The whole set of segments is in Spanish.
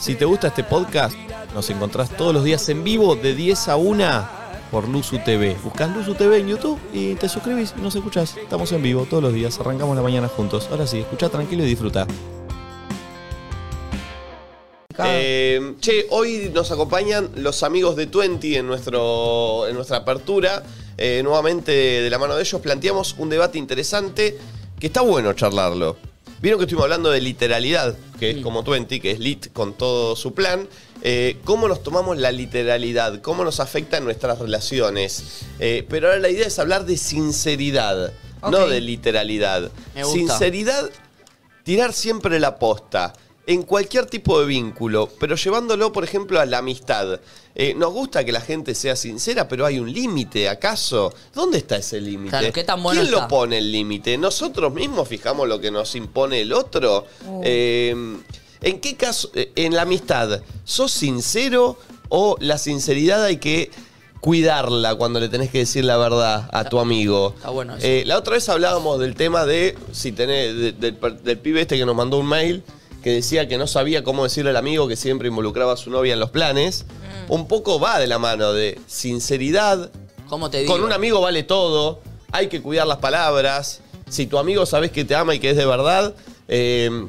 Si te gusta este podcast, nos encontrás todos los días en vivo de 10 a 1 por Luzu TV. Buscás Luzu TV en YouTube y te suscribís y nos escuchás. Estamos en vivo todos los días, arrancamos la mañana juntos. Ahora sí, escucha tranquilo y disfruta. Eh, che, hoy nos acompañan los amigos de Twenty en, nuestro, en nuestra apertura. Eh, nuevamente, de la mano de ellos, planteamos un debate interesante que está bueno charlarlo. Vieron que estuvimos hablando de literalidad, que es como Twenty, que es lit con todo su plan. Eh, ¿Cómo nos tomamos la literalidad? ¿Cómo nos afecta en nuestras relaciones? Eh, pero ahora la idea es hablar de sinceridad, no Ok. de literalidad. Me gusta. Sinceridad, tirar siempre la posta. En cualquier tipo de vínculo, pero llevándolo, por ejemplo, a la amistad. Eh, nos gusta que la gente sea sincera, pero hay un límite, ¿acaso? ¿Dónde está ese límite? Claro, ¿qué tan bueno ¿Quién lo está? pone el límite? ¿Nosotros mismos fijamos lo que nos impone el otro? Uh. Eh, ¿En qué caso, eh, en la amistad, sos sincero o la sinceridad hay que cuidarla cuando le tenés que decir la verdad a tu amigo? Está bueno eso. Eh, la otra vez hablábamos del tema de si tenés, de- del, per- del pibe este que nos mandó un mail que decía que no sabía cómo decirle al amigo que siempre involucraba a su novia en los planes. Mm. Un poco va de la mano de sinceridad. ¿Cómo te digo? Con un amigo vale todo, hay que cuidar las palabras. Si tu amigo sabes que te ama y que es de verdad, eh,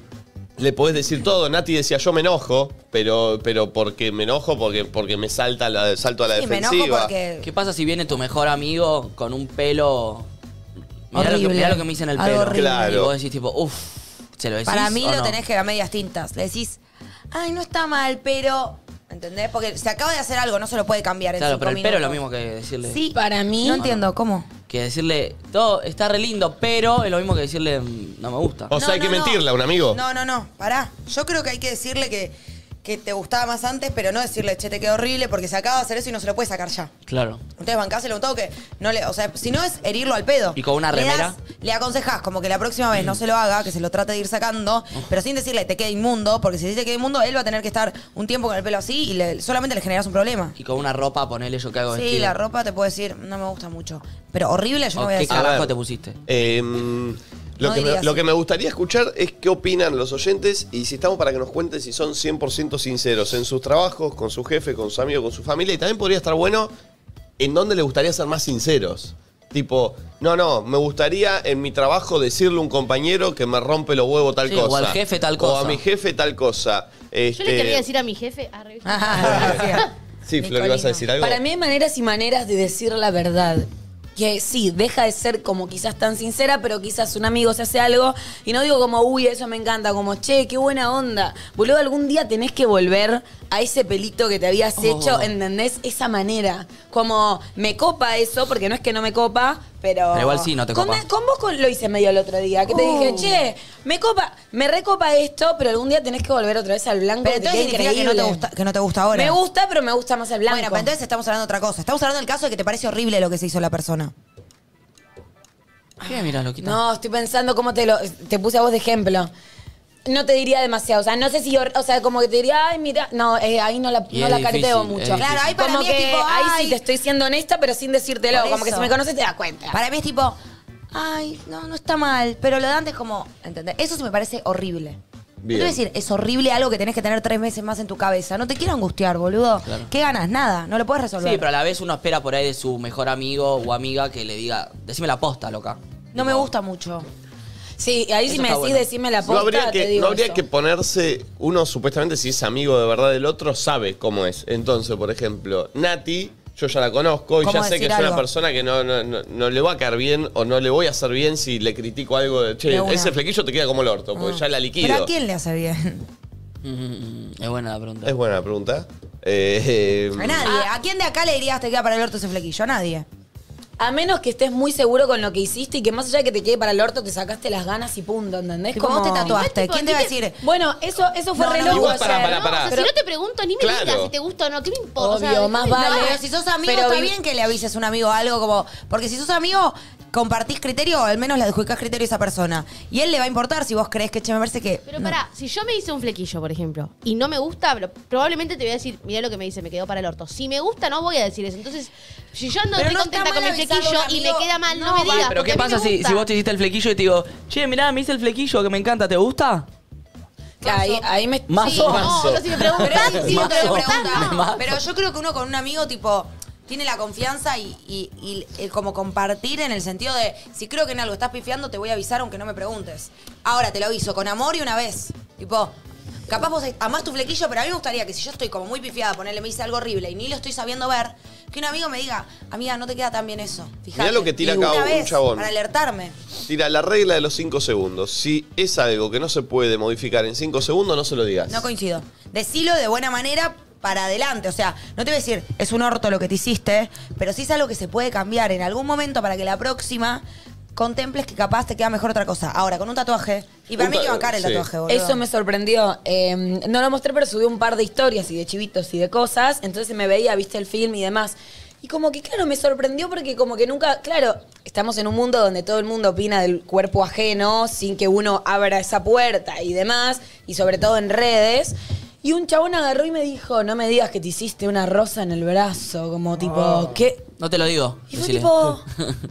le podés decir todo. Nati decía, yo me enojo, pero, pero porque me enojo, porque, porque me salta la, salto a la Sí, me defensiva. enojo porque. ¿Qué pasa si viene tu mejor amigo con un pelo... Mirá, lo que, Horrible. mirá lo que me hice en el Algo pelo. horrible. Claro. Y vos decís tipo, uff, ¿se lo decís Para mí o lo no? tenés que ver a medias tintas. Le decís, ay, no está mal, pero. ¿Entendés? Porque se acaba de hacer algo, no se lo puede cambiar en Claro, cinco pero el pelo es lo mismo minutos. que decirle... Sí, Para mí- No entiendo, ¿cómo? Que decirle, todo está re lindo, pero es lo mismo que decirle, "Mm, no me gusta. O sea, No, hay que no, no. mentirle a un amigo. No, no, no, pará. Yo creo que hay que decirle que, que te gustaba más antes, pero no decirle, che, te quedó horrible, porque se acaba de hacer eso y no se lo puede sacar ya. Claro. Entonces bancáselo un toque. No le, o sea, si no es herirlo al pedo. ¿Y con una Le das- remera? Le, aconsejás como que la próxima vez no se lo haga, que se lo trate de ir sacando, pero sin decirle te queda inmundo, porque si te queda inmundo, él va a tener que estar un tiempo con el pelo así y le- solamente le generas un problema. Y con una ropa, ponele yo que hago Sí, vestido. la ropa te puedo decir, no me gusta mucho. Pero horrible, yo no ¿O voy a qué decir. A carajo ver. te pusiste? Eh, lo, No que diría me, lo así. que me gustaría escuchar es qué opinan los oyentes y si estamos para que nos cuenten si son 100% sinceros en sus trabajos, con su jefe, con su amigo, con su familia. Y también podría estar bueno en dónde les gustaría ser más sinceros. Tipo, no, no, me gustaría en mi trabajo decirle a un compañero que me rompe los huevos tal Sí, cosa. o al jefe tal O a cosa. mi jefe tal cosa. Yo Este, le quería decir a mi jefe. ah, re- Sí, Flor, ¿vas a decir algo? Para mí hay maneras y maneras de decir la verdad. Que sí, deja de ser como quizás tan sincera, pero quizás un amigo se hace algo y no digo como, uy, eso me encanta, como, che, qué buena onda. Boludo, algún día tenés que volver a ese pelito que te habías Oh. hecho, ¿entendés? Esa manera. Como, me copa eso, porque no es que no me copa, pero... Pero igual sí, no te Con- copa. Oh. Con vos con- lo hice medio el otro día, que te dije, che, me copa, me recopa esto, pero algún día tenés que volver otra vez al blanco. Pero que te entonces queda significa que no, te increíble. gusta, que no te gusta ahora. Me gusta, pero me gusta más el blanco. Bueno, pero entonces estamos hablando de otra cosa. Estamos hablando del caso de que te parece horrible lo que se hizo la persona. ¿Qué mirás, loquita? No, estoy pensando cómo te lo te puse a vos de ejemplo. No te diría demasiado, o sea, no sé si, hor- o sea, como que te diría, ay, mira, no, eh, ahí no la, Y no es la difícil, carteo es mucho. difícil. Claro, ahí para como mí es que tipo, ahí ay. sí te estoy siendo honesta, pero sin decírtelo, Por como que eso. si me conoces te das cuenta. Ah. Para mí es tipo, ay, no, no está mal. Pero lo de antes como, ¿entendés? Eso sí me parece horrible. Bien. Quiero decir, es horrible algo que tenés que tener tres meses más en tu cabeza. No te quiero angustiar, boludo. ¿Qué ganas? Nada. No lo puedes resolver. Sí, pero a la vez uno espera por ahí de su mejor amigo o amiga que le diga, decime la posta, loca. No me gusta mucho. Sí, ahí Eso si me está decís, bueno. decime la posta, no habría, te que, digo no habría eso. que ponerse, uno supuestamente si es amigo de verdad del otro, sabe cómo es. Entonces, por ejemplo, Nati, yo ya la conozco y ¿Cómo ya sé que decir es una algo? persona que no, no- no- no le va a caer bien o no le voy a hacer bien si le critico algo de, che, De una. Ah. ese flequillo te queda como el orto, porque ya la liquido. ¿Pero a quién le hace bien? Mm, Es buena la pregunta. Es buena la pregunta. Eh, A nadie. Ah. ¿A quién de acá le dirías te queda para el orto ese flequillo? A nadie. A menos que estés muy seguro con lo que hiciste y que más allá de que te quede para el orto, te sacaste las ganas y punto, ¿entendés? Es como vos te tatuaste. Tipo, ¿Quién te va a a ti te- decir? Bueno, eso, eso fue No, re no, loco Igual, pará, ayer. pará, No, pará. o sea, Pero- si no te pregunto, ni me Claro. digas si te gusta o no. ¿Qué me importa? O sea, Obvio, más déjame- vale. No, pero si sos amigo, Pero está vi- bien que le avises a un amigo algo como. Porque si sos amigo, compartís criterio o al menos le adjudicás criterio a esa persona. Y él le va a importar si vos crees que, che, me parece que. Pero pará, si yo me hice un flequillo, por ejemplo, y no me gusta, pero probablemente te voy a decir, mirá lo que me dice, me quedó para el orto. Si me gusta, no voy a decir eso. Entonces, si yo no Pero estoy no está contenta con mi mal avisarle a flequillo un y amigo, me queda mal, no, no, me vale, digas. Pero porque ¿qué a mí me pasa si, gusta. si vos te hiciste el flequillo y te digo, che, mirá, me hice el flequillo que me encanta, ¿te gusta? Ahí, ahí me... Más o no, más. no, si me preguntás, Pero, si me Mazo. preguntás, Me no. mazo. Pero yo creo que uno con un amigo, tipo, tiene la confianza y, y- y, eh, como compartir en el sentido de, si creo que en algo estás pifiando, te voy a avisar aunque no me preguntes. Ahora, te lo aviso, con amor y una vez. Tipo, capaz vos amás tu flequillo, pero a mí me gustaría que si yo estoy como muy pifiada, ponerle, me dice algo horrible y ni lo estoy sabiendo ver, que un amigo me diga, amiga, no te queda tan bien eso. Fíjate. Mirá lo que tira Y acá una un vez, chabón. Para alertarme. Tira la regla de los 5 segundos. Si es algo que no se puede modificar en 5 segundos, no se lo digas. No coincido. Decilo de buena manera para adelante. O sea, no te voy a decir, es un orto lo que te hiciste, pero sí es algo que se puede cambiar en algún momento para que la próxima contemples que capaz te queda mejor otra cosa. Ahora, con un tatuaje. Y para Un mí hay que ta- bancar el sí. tatuaje, boludo. Eso me sorprendió. Eh, no lo mostré, pero subí un par de historias y de chivitos y de cosas. Entonces me veía, viste el film y demás. Y como que, claro, me sorprendió porque como que nunca, claro, estamos en un mundo donde todo el mundo opina del cuerpo ajeno sin que uno abra esa puerta y demás, y sobre todo en redes. Y un chabón agarró y me dijo, no me digas que te hiciste una rosa en el brazo, como tipo, ¿qué? No te lo digo. Y fue decile. tipo.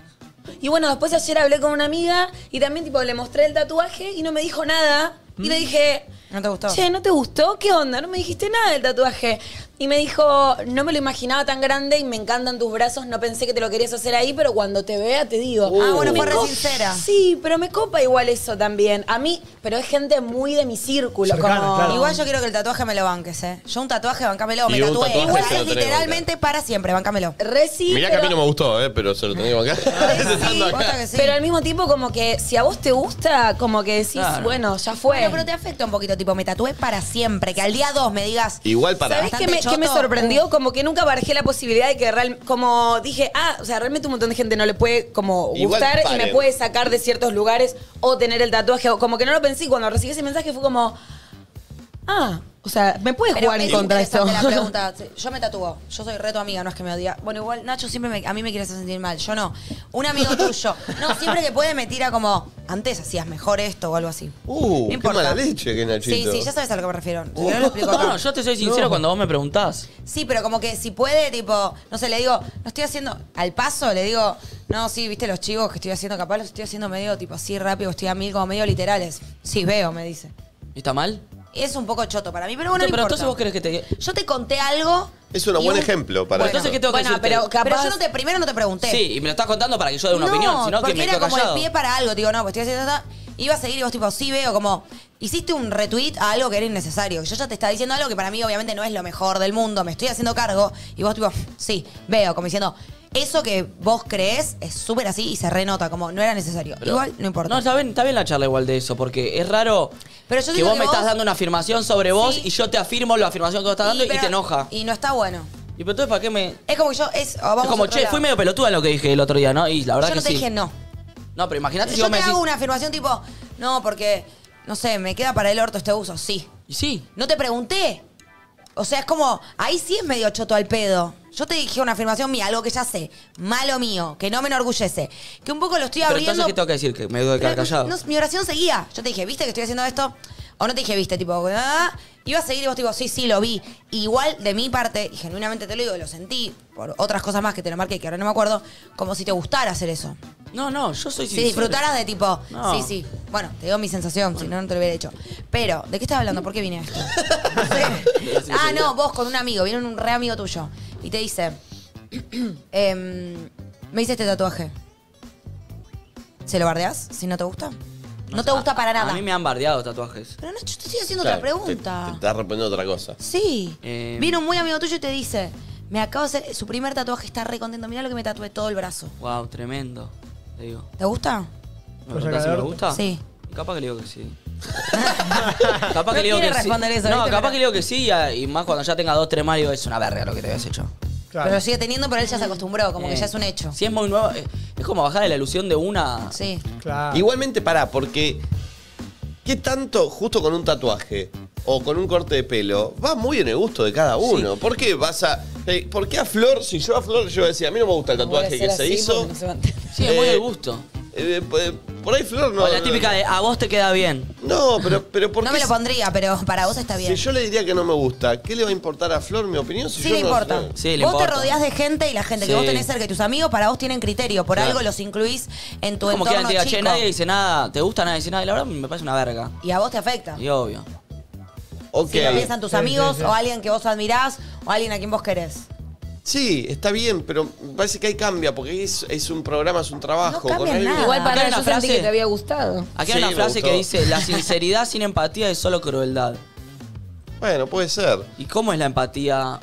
Y bueno, después ayer hablé con una amiga y también tipo le mostré el tatuaje y no me dijo nada. Y le dije. ¿No Mm. te gustó? Che, ¿no te gustó? ¿Qué onda? No me dijiste nada del tatuaje. Y me dijo, no me lo imaginaba tan grande y me encantan tus brazos, no pensé que te lo querías hacer ahí, pero cuando te vea te digo. Ah, bueno, Me fue re co- sincera. Sí, pero me copa igual eso también. A mí, pero es gente muy de mi círculo. Cercana, como, claro. Igual yo quiero que el tatuaje me lo banques, ¿eh? Yo un tatuaje, bancámelo, Y me un tatué. tatuaje se lo Igual es tenés que literalmente para siempre, bancámelo. Re sí, Mirá que a mí pero- no me gustó, eh, pero se lo tenía que bancar. Sí, Estando acá. posta que sí. Pero al mismo tiempo, como que si a vos te gusta, como que decís, Claro. bueno, ya fue. Bueno, pero te afecta un poquito, tipo, me tatué para siempre. Que al día dos me digas. Igual para. ¿Sabés qué me, Bastante qué me choto. sorprendió? Como que nunca barajé la posibilidad de que real, como dije, ah, o sea, realmente un montón de gente no le puede como Igual gustar y me paren. puede sacar de ciertos lugares o tener el tatuaje. O como que no lo pensé y cuando recibí ese mensaje fue como, ah, o sea, me puede Pero jugar en es contra esto. interesante La pregunta. Sí, Yo me tatúo. Yo soy reto amiga, no es que me odia. Bueno, igual Nacho siempre me- a mí me quiere hacer sentir mal. Yo no. Un amigo tuyo. No, siempre que puede me tira como, antes hacías mejor esto o algo así. Uh, No qué importa. mala leche que Nachito. Sí, sí, ya sabes a lo que me refiero. Pero no lo explico acá. Uh. No, yo te soy sincero cuando vos me preguntás. Sí, pero como que si puede, tipo, no sé, le digo, no estoy haciendo al paso, le digo, no, sí, viste los chivos que estoy haciendo, capaz los estoy haciendo medio, tipo, así rápido, estoy a mil, como medio literales. Sí, veo, me dice. ¿Está mal? Es un poco choto para mí, pero bueno, no pero importa. entonces vos querés que te. Yo te conté algo. Es un y buen ejemplo para Entonces, ¿qué tengo que Bueno, decirte? pero capaz- Pero yo no te, primero no te pregunté. Sí, y me lo estás contando para que yo dé una no, opinión, sino que porque me era quedo como callado. el pie para algo. Digo, no, pues estoy haciendo esta. Iba a seguir y vos, tipo, sí veo, como, hiciste un retweet a algo que era innecesario. Yo ya te estaba diciendo algo que para mí, obviamente, no es lo mejor del mundo. Me estoy haciendo cargo. Y vos, tipo, sí, veo, como diciendo, eso que vos creés es súper así y se renota, como, no era necesario. Pero- Igual, no importa. No, está bien, está bien la charla igual de eso, porque es raro Pero yo que siento vos que me estás vos- dando una afirmación sobre vos y yo te afirmo la afirmación que vos estás dando y, pero- te enoja. Y, Y no está bueno. pero entonces, ¿para qué me.? Es como que yo, es, o vamos es como, a otro che, lado. fui medio pelotuda en lo que dije el otro día, ¿no? Y la verdad Yo que no te sí. dije no. No, pero imagínate si Yo vos te me decís. hago una afirmación tipo, no, porque, no sé, me queda para el orto este uso. Sí. Y sí. No te pregunté. O sea, es como, ahí sí es medio choto al pedo. Yo te dije una afirmación mía, algo que ya sé, malo mío, que no me enorgullece. Que un poco lo estoy Pero abriendo. entonces, ¿qué tengo que decir? Que me tengo que quedar Pero callado. no, mi oración seguía. Yo te dije, ¿viste que estoy haciendo esto? O no te dije, ¿viste? Tipo, ah, iba a seguir y vos tipo, sí, sí, lo vi. Y igual de mi parte, y genuinamente te lo digo, lo sentí, por otras cosas más que te lo marqué, que ahora no me acuerdo, como si te gustara hacer eso. No, no, yo soy Si sincero. disfrutaras de tipo, No. sí, sí. Bueno, te digo mi sensación, si no, no te lo hubiera hecho. Pero, ¿de qué estás hablando? ¿Por qué vine a esto? No sé. ah, no, vos con un amigo, viene un re amigo tuyo y te dice, em, me hice este tatuaje. ¿Se lo bardeás si no te gusta? No, te gusta para nada. A mí me han bardeado tatuajes. Pero Nacho, te estoy haciendo Claro, otra pregunta. Te, te estás respondiendo otra cosa. Sí. Eh, Viene un muy amigo tuyo y te dice, me acabo de hacer, su primer tatuaje está re contento, mirá lo que me tatué todo el brazo. Wow, tremendo. Te digo. ¿Te gusta? ¿Me Pues preguntás si acá me de gusta? Sí. Y Capaz que le digo que sí. capaz que No le digo quiere que sí. responder eso, no, ¿viste? capaz Pero- que le digo que sí y, a- y más cuando ya tenga dos, tres más, digo, es una verga lo que te habías hecho. Claro. Pero lo sigue teniendo, pero él ya se acostumbró, como Eh, que ya es un hecho. Si es muy nuevo, eh, es como bajar de la ilusión de una. Sí. Claro. Ah. Igualmente pará, porque ¿qué tanto justo con un tatuaje o con un corte de pelo? Va muy en el gusto de cada uno. ¿Por qué vas a... eh, ¿Por qué a Flor, si yo a Flor yo decía, a mí no me gusta el tatuaje que se hizo? Sí, es muy Eh, de gusto. eh, eh, por ahí Flor no... o la no- típica de a vos te queda bien. No, pero, pero ¿por No qué me lo pondría, pero para vos está bien. Si yo le diría que no me gusta, ¿qué le va a importar a Flor mi opinión? Si sí yo le no- importa. no- Sí, le vos importa. te rodeás de gente y la gente que Sí. vos tenés cerca y tus amigos para vos tienen criterio. Por Claro. algo los incluís en tu como que antes entorno diga, chico. che, nadie dice nada, te gusta, nadie dice nada. Y la verdad me parece una verga. Y a vos te afecta. Y obvio. Ok. Si lo piensan tus Sí, sí, amigos sí. o alguien que vos admirás o alguien a quien vos querés. Sí, está bien, pero me parece que ahí cambia, porque es, es un programa, es un trabajo. No cambia él- nada. Igual Acá para hay una yo sentí frase. que te había gustado. Aquí Sí, hay una me frase que gustó. dice, la sinceridad sin empatía es solo crueldad. Bueno, puede ser. ¿Y cómo es la empatía?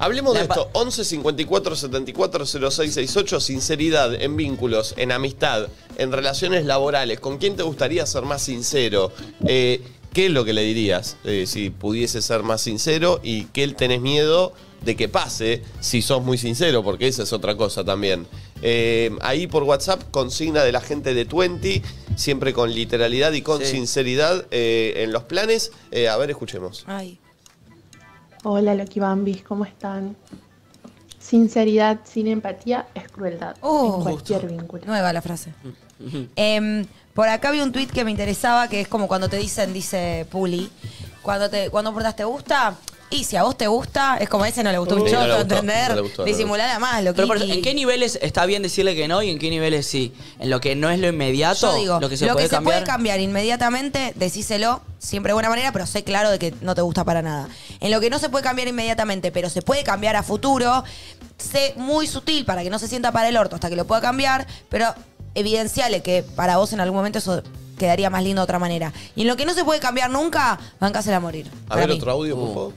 Hablemos La de empa- esto. 11 54 74 06 68. Sinceridad en vínculos, en amistad, en relaciones laborales. ¿Con quién te gustaría ser más sincero? Eh, ¿Qué es lo que le dirías eh, si pudiese ser más sincero? ¿Y qué tenés miedo de que pase si sos muy sincero? Porque esa es otra cosa también. Eh, ahí por WhatsApp, consigna de la gente de 20, siempre con literalidad y con Sí. sinceridad eh, en los planes. Eh, a ver, escuchemos. Ay. Hola Loki Bambis, ¿cómo están? Sinceridad sin empatía es crueldad Oh, en cualquier vínculo. Nueva la frase. Em, por acá vi un tweet que me interesaba, que es como cuando te dicen, dice Puli, cuando te cuando portas te gusta, y si a vos te gusta, es como ese no le gustó un Sí, Uh, no choto, le gustó, ¿entender? no le gustó, no le Disimulala más, lo Pero, por- Kiki. ¿En qué niveles está bien decirle que no y en qué niveles sí? En lo que no es lo inmediato, Yo digo, lo que se, puede, cambiar? inmediatamente, decíselo siempre de buena manera, pero sé claro de que no te gusta para nada. En lo que no se puede cambiar inmediatamente, pero se puede cambiar a futuro, sé muy sutil para que no se sienta para el orto hasta que lo pueda cambiar, pero evidenciale que para vos en algún momento eso quedaría más lindo de otra manera. Y en lo que no se puede cambiar nunca, bancásela a morir. A Para ver mí, otro audio, Uh. por favor.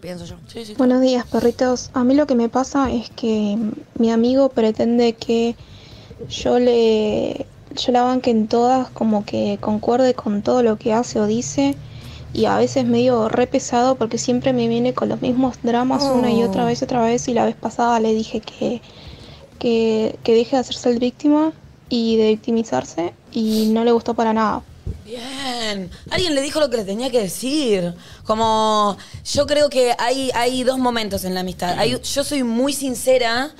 Pienso yo. Buenos días, perritos. A mí lo que me pasa es que mi amigo pretende que yo le yo la banque en todas, como que concuerde con todo lo que hace o dice y a veces medio re pesado porque siempre me viene con los mismos dramas una y Oh. otra vez, otra vez y la vez pasada le dije que que, que deje de hacerse el víctima y de victimizarse y no le gustó para nada. Bien. Alguien le dijo lo que le tenía que decir. Como, yo creo que hay, hay dos momentos en la amistad. Hay- yo soy muy sincera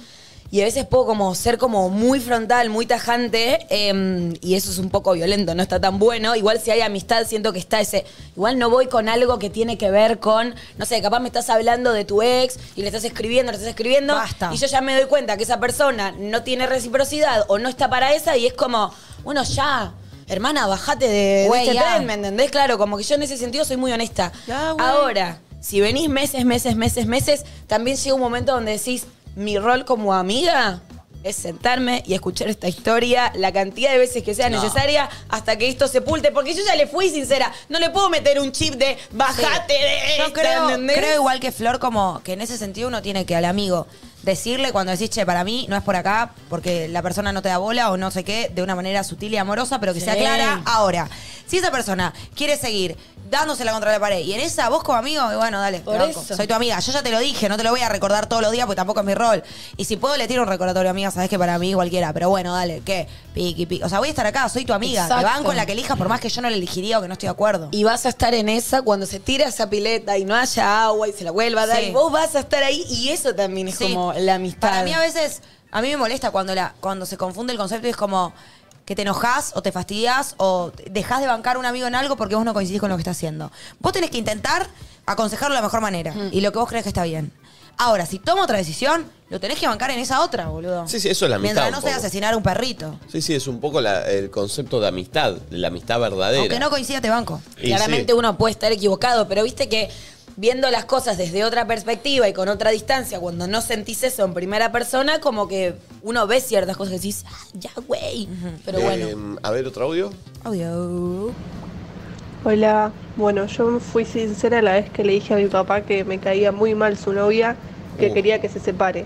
y a veces puedo como ser como muy frontal, muy tajante. em, y eso es un poco violento, no está tan bueno. Igual si hay amistad, siento que está ese. Igual no voy con algo que tiene que ver con, no sé, capaz me estás hablando de tu ex y le estás escribiendo, le estás escribiendo. Basta. Y yo ya me doy cuenta que esa persona no tiene reciprocidad o no está para esa y es como, bueno, ya. Hermana, bájate de, de Güey, este ya. tren, ¿me entendés? Claro, como que yo en ese sentido soy muy honesta. Ya, güey. Ahora, si venís meses, meses, meses, meses, también llega un momento donde decís, mi rol como amiga es sentarme y escuchar esta historia la cantidad de veces que sea No. necesaria hasta que esto se pulte, porque yo ya le fui sincera, no le puedo meter un chip de bájate de Yo esta", creo, ¿entendés? creo igual que Flor, como que en ese sentido uno tiene que al amigo decirle cuando decís, che, para mí no es por acá, porque la persona no te da bola o no sé qué, de una manera sutil y amorosa, pero que sea Sí. clara. Ahora, si esa persona quiere seguir dándosela contra la pared y en esa vos como amigo, y bueno, dale, te Por banco. eso. soy tu amiga, yo ya te lo dije, no te lo voy a recordar todos los días porque tampoco es mi rol. Y si puedo le tiro un recordatorio, amiga, sabes que para mí cualquiera, pero bueno, dale, ¿qué? Piqui, piqui. O sea, voy a estar acá, soy tu amiga, te Exacto. banco en la que elijas por más que yo no la elegiría o que no estoy de acuerdo. Y vas a estar en esa cuando se tira esa pileta y no haya agua y se la vuelva a dar. Sí. Y vos vas a estar ahí y eso también es Sí. como la amistad. Para mí a veces, a mí me molesta cuando, la, cuando se confunde el concepto y es como que te enojas o te fastidias o te- dejás de bancar a un amigo en algo porque vos no coincidís con lo que está haciendo. Vos tenés que intentar aconsejarlo de la mejor manera Mm. y lo que vos crees que está bien. Ahora, si toma otra decisión, lo tenés que bancar en esa otra, boludo. Sí, sí, eso es la amistad Mientras un no sea poco. asesinar a un perrito. Sí, sí, es un poco la- el concepto de amistad, de la amistad verdadera. Aunque no coincida, te banco. Y Claramente sí. uno puede estar equivocado, pero viste que viendo las cosas desde otra perspectiva y con otra distancia, cuando no sentís eso en primera persona, como que uno ve ciertas cosas que decís, "Ah, ya, güey. Pero bueno. Eh, a ver, otro audio. Audio. Hola, bueno, yo fui sincera la vez que le dije a mi papá que me caía muy mal su novia, que Uh. quería que se separe.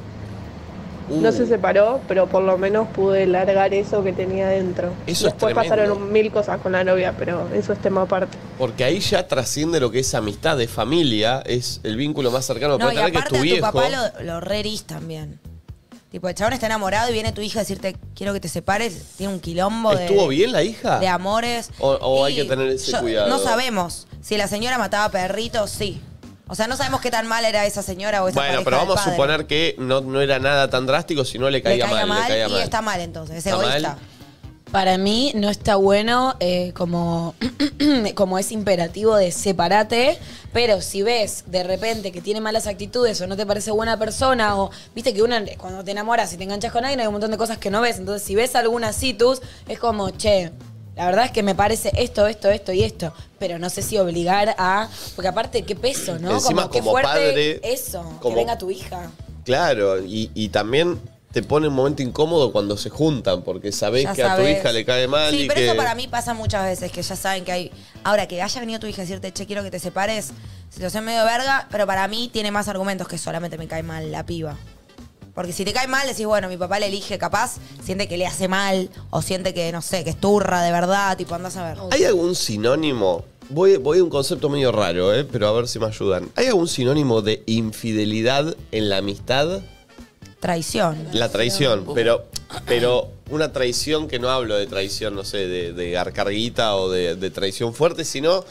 No Oh. se separó, pero por lo menos pude largar eso que tenía dentro. Eso es Después tremendo. pasaron mil cosas con la novia, pero eso es tema aparte. Porque ahí ya trasciende lo que es amistad de familia, es el vínculo más cercano que No, puede y tener, que es aparte tu a tu viejo. papá lo, lo re herís también. Tipo, el chabón está enamorado y viene tu hija a decirte, quiero que te separes, tiene un quilombo de... ¿Estuvo bien la hija? de amores. Ah. O- o hay Y que tener ese cuidado. No sabemos si la señora mataba perritos, sí. O sea, no sabemos qué tan mal era esa señora o esa Bueno, pareja pero del vamos a padre. suponer que no, no era nada tan drástico, sino le le caía, caía mal, mal, le caía y mal. está mal entonces, es Está mal. egoísta. Para mí no está bueno eh, como, como es imperativo de separate, pero si ves de repente que tiene malas actitudes o no te parece buena persona o viste que uno cuando te enamoras y te enganchas con alguien hay un montón de cosas que no ves, entonces si ves alguna situs es como, che, la verdad es que me parece esto, esto, esto y esto. Pero no sé si obligar a. Porque aparte, qué peso, ¿no? Encima, qué como padre, Eso, como- que venga tu hija. Claro, y, y también te pone un momento incómodo cuando se juntan, porque sabés Ya que a tu sabés. hija le cae mal Sí, y pero que... eso para mí pasa muchas veces, que ya saben que hay... Ahora, que haya venido tu hija a decirte, che, quiero que te separes, situación medio verga, pero para mí tiene más argumentos que solamente me cae mal la piba. Porque si te cae mal, decís, bueno, mi papá le elige, capaz, siente que le hace mal, o siente que, no sé, que es turra de verdad, tipo, andás a ver. ¿Hay algún sinónimo? Voy, voy a un concepto medio raro, ¿eh? pero a ver si me ayudan. ¿Hay algún sinónimo de infidelidad en la amistad? Traición. La traición, pero, pero una traición que no hablo de traición, no sé, de, de garcarguita o de, de traición fuerte, sino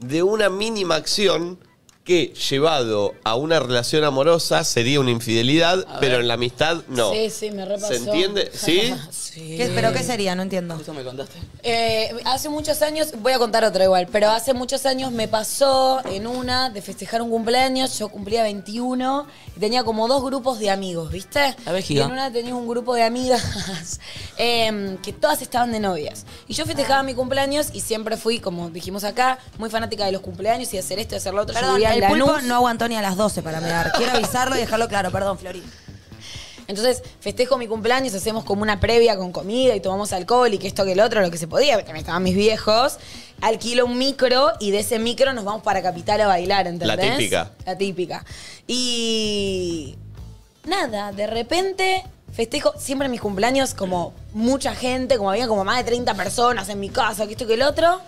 de una mínima acción que llevado a una relación amorosa sería una infidelidad, pero en la amistad no. Sí, sí, me repasó. ¿Se entiende? ¿Sí? Sí. ¿Qué- ¿Pero qué sería? No entiendo. Eso me contaste. Eh, hace muchos años, voy a contar otra igual, pero hace muchos años me pasó en una de festejar un cumpleaños, yo cumplía 21 y tenía como dos grupos de amigos, ¿viste? La vejiga. y en una tenía un grupo de amigas em, que todas estaban de novias. Y yo festejaba mi cumpleaños y siempre fui, como dijimos acá, muy fanática de los cumpleaños y de hacer esto y hacer lo otro. Yo Perdón, vivía en el pulpo Lanús. no aguantó ni a las 12 para mirar. Quiero avisarlo y dejarlo claro. Perdón, Flori. Entonces, festejo mi cumpleaños, hacemos como una previa con comida y tomamos alcohol y que esto que el otro, lo que se podía, porque también estaban mis viejos. Alquilo un micro y de ese micro nos vamos para Capital a bailar, ¿entendés? La típica. La típica. Y nada, de repente festejo siempre mis cumpleaños como mucha gente, como había como más de 30 personas en mi casa, que esto que el otro.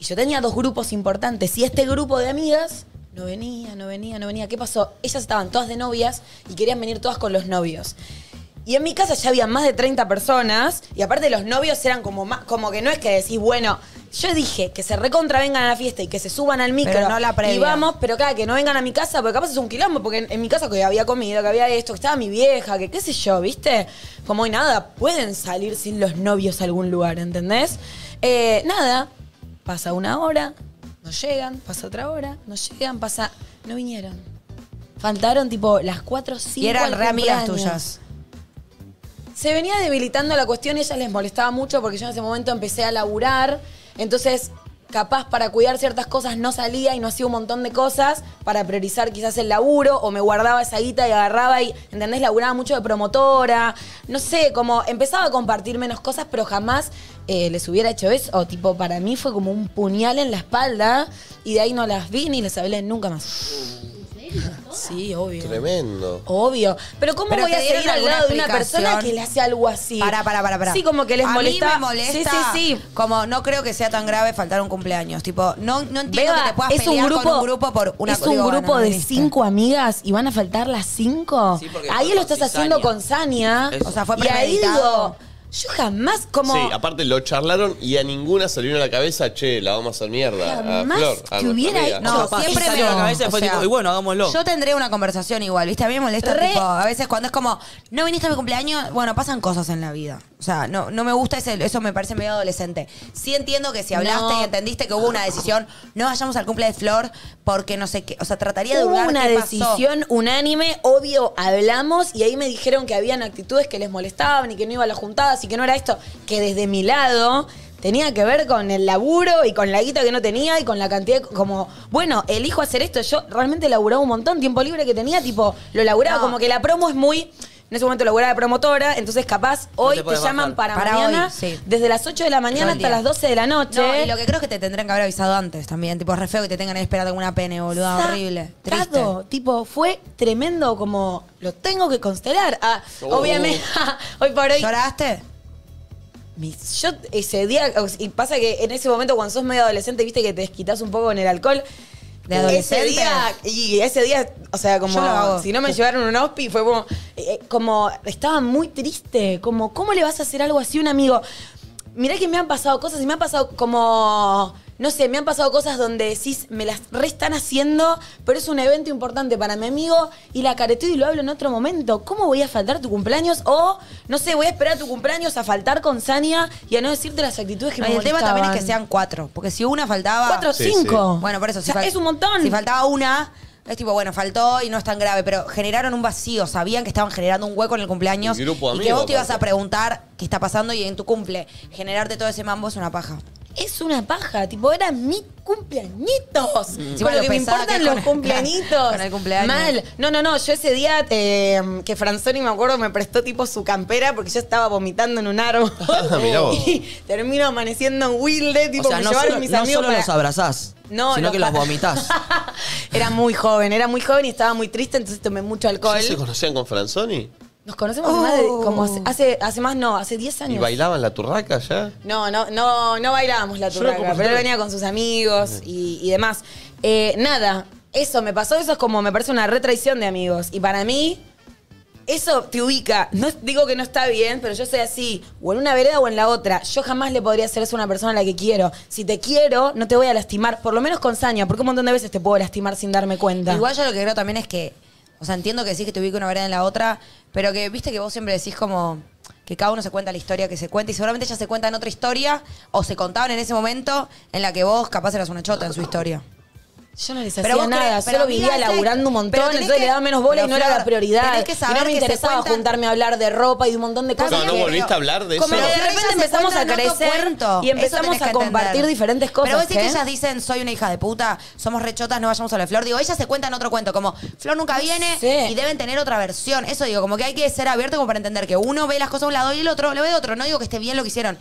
Y yo tenía dos grupos importantes. Y este grupo de amigas no venía, no venía, no venía. ¿Qué pasó? Ellas estaban todas de novias y querían venir todas con los novios. Y en mi casa ya había más de 30 personas. Y aparte los novios eran como más, como que no es que decís, bueno, yo dije que se recontravengan a la fiesta y que se suban al micro. Pero no la previa. Y vamos, pero claro, que no vengan a mi casa, porque capaz es un quilombo, porque en, en mi casa que había comido, que había esto, que estaba mi vieja, que qué sé yo, ¿viste? Como y nada, pueden salir sin los novios a algún lugar, ¿entendés? Eh, nada, pasa una hora, no llegan, pasa otra hora, no llegan, pasa. No vinieron. Faltaron tipo las 4 o 5 Y eran al re amigas cumpleaños. tuyas. Se venía debilitando la cuestión y a ellas les molestaba mucho porque yo en ese momento empecé a laburar. Entonces, capaz para cuidar ciertas cosas no salía y no hacía un montón de cosas para priorizar quizás el laburo o me guardaba esa guita y agarraba y, ¿entendés? Laburaba mucho de promotora. No sé, como empezaba a compartir menos cosas, pero jamás eh, les hubiera hecho eso. O tipo, para mí fue como un puñal en la espalda y de ahí no las vi ni les hablé nunca más. Sí, obvio. Tremendo. Obvio. Pero ¿cómo Pero voy te a dieron seguir al alguna lado de una explicación. persona que le hace algo así? Para, para, para, para. Sí, como que les a molesta. Mí me molesta. Sí, sí, sí. Como no creo que sea tan grave faltar un cumpleaños. Tipo, no, no entiendo Beba, que te puedas es un pelear grupo, con un grupo por una es un digo, grupo no, no de viniste. cinco amigas y van a faltar las cinco. Sí, porque ahí fue lo con estás haciendo cizaña. con Sania. Eso. O sea, fue y ahí premeditado. digo, yo jamás como Sí, aparte lo charlaron y a ninguna salió a la cabeza, che, la vamos a hacer mierda. A Jamás Flor, a que nuestra hubiera amiga". hecho- No, Capaz siempre que me salió la cabeza y fue tipo, y bueno, hagámoslo. Yo tendré una conversación igual, ¿viste? A mí me molesta, Re. tipo, a veces cuando es como, no viniste a mi cumpleaños, bueno, pasan cosas en la vida. O sea, no, no me gusta ese, eso me parece medio adolescente. Sí entiendo que si hablaste No. y entendiste que hubo una decisión, no vayamos al cumple de Flor porque no sé qué. O sea, trataría de Hubo hurgar una qué pasó. decisión unánime, obvio, hablamos y ahí me dijeron que habían actitudes que les molestaban y que no iba a las juntadas y que no era esto, que desde mi lado tenía que ver con el laburo y con la guita que no tenía y con la cantidad, de- como, bueno, elijo hacer esto, yo realmente laburaba un montón, tiempo libre que tenía, tipo, lo laburaba, No. como que la promo es muy... En ese momento laburaba de promotora, entonces capaz hoy te podés llaman bajar. para, Para mañana, hoy, sí. desde las 8 de la Todo mañana el hasta día. las 12 de la noche. No, y lo que creo es que te tendrían que haber avisado antes también. Tipo, es re feo que te tengan ahí esperando alguna pene, boluda, horrible. Triste. Sacado. Tipo, fue tremendo como lo tengo que constelar. Ah, Oh. Obviamente, hoy por hoy. ¿Lloraste? mis- yo ese día, y pasa que en ese momento cuando sos medio adolescente, viste que te desquitas un poco con el alcohol. ¿De Ese adolescente? día, y ese día, o sea, como Yo lo hago. si no me llevaron un hospi, fue como, eh, como estaba muy triste, como, ¿cómo le vas a hacer algo así a un amigo? Mirá que me han pasado cosas y me han pasado como, no sé, me han pasado cosas donde decís, me las re están haciendo, pero es un evento importante para mi amigo y la careteo y lo hablo en otro momento. ¿Cómo voy a faltar tu cumpleaños? O, no sé, voy a esperar tu cumpleaños a faltar con Sania y a no decirte las actitudes que No, me y el tema también es molestaban. que sean cuatro. Porque si una faltaba. Cuatro o Sí, sí. cinco. Bueno, por eso. O sea, fal- es un montón. Si faltaba una, Es tipo, bueno, faltó y no es tan grave, pero generaron un vacío, sabían que estaban generando un hueco en el cumpleaños Y grupo y que amigo, vos te ibas a aparte. preguntar qué está pasando y en tu cumple generarte todo ese mambo es una paja. Es una paja, tipo, eran mis cumpleañitos. Mm. Sí, Con bueno, lo que me pensaba importan que los con- cumpleañitos. con el cumpleaños. Mal. No, no, no, yo ese día eh, que Franzoni, me acuerdo, me prestó tipo su campera porque yo estaba vomitando en un árbol. mirá vos. Y termino amaneciendo en Wilde, tipo, o sea, me no llevaron solo, mis no amigos solo para- los abrazás, No, sino que los pa- vomitás. era muy joven, era muy joven y estaba muy triste, entonces tomé mucho alcohol. ¿Sí se conocían con Franzoni? Nos conocemos hace más de- como hace- hace, hace más, no, hace 10 años. ¿Y bailaban la turraca ya? No, no, no, no bailábamos la Yo no turraca, compré. pero él venía con sus amigos y, y demás. Eh, nada, eso me pasó, eso es como, me parece una retraición de amigos. Y para mí, eso te ubica. No es- digo que no está bien, pero yo soy así, o en una vereda o en la otra. Yo jamás le podría hacer eso a una persona a la que quiero. Si te quiero, no te voy a lastimar, por lo menos con saña, porque un montón de veces te puedo lastimar sin darme cuenta. Igual yo lo que creo también es que, o sea, entiendo que decís que te ubica una vereda en la otra, pero que viste que vos siempre decís como que cada uno se cuenta la historia que se cuenta y seguramente ya se cuentan otra historia o se contaban en ese momento en la que vos capaz eras una chota en su historia. Yo no les Pero hacía vos crees- nada, pero solo amiga, vivía es like- laburando un montón, pero tenés entonces que- le daba menos bola y pero no era Flor, la prioridad. tenés que saber y no me que se interesaba cuentan- juntarme a hablar de ropa y de un montón de Está cosas. No, bien, no que- volviste a hablar de eso. Como que de Pero repente ellas se empezamos a cuentan otro crecer cuento. y empezamos Eso tenés a que compartir entender. diferentes cosas. Pero vos decís ¿eh? que ellas dicen, soy una hija de puta, somos rechotas, no vayamos a la Flor. Digo, ellas se cuentan otro cuento, como Flor nunca viene sé. y deben tener otra versión. Eso digo, como que hay que ser abierto como para entender que uno ve las cosas de un lado y el otro lo ve de otro. No digo que esté bien lo que hicieron.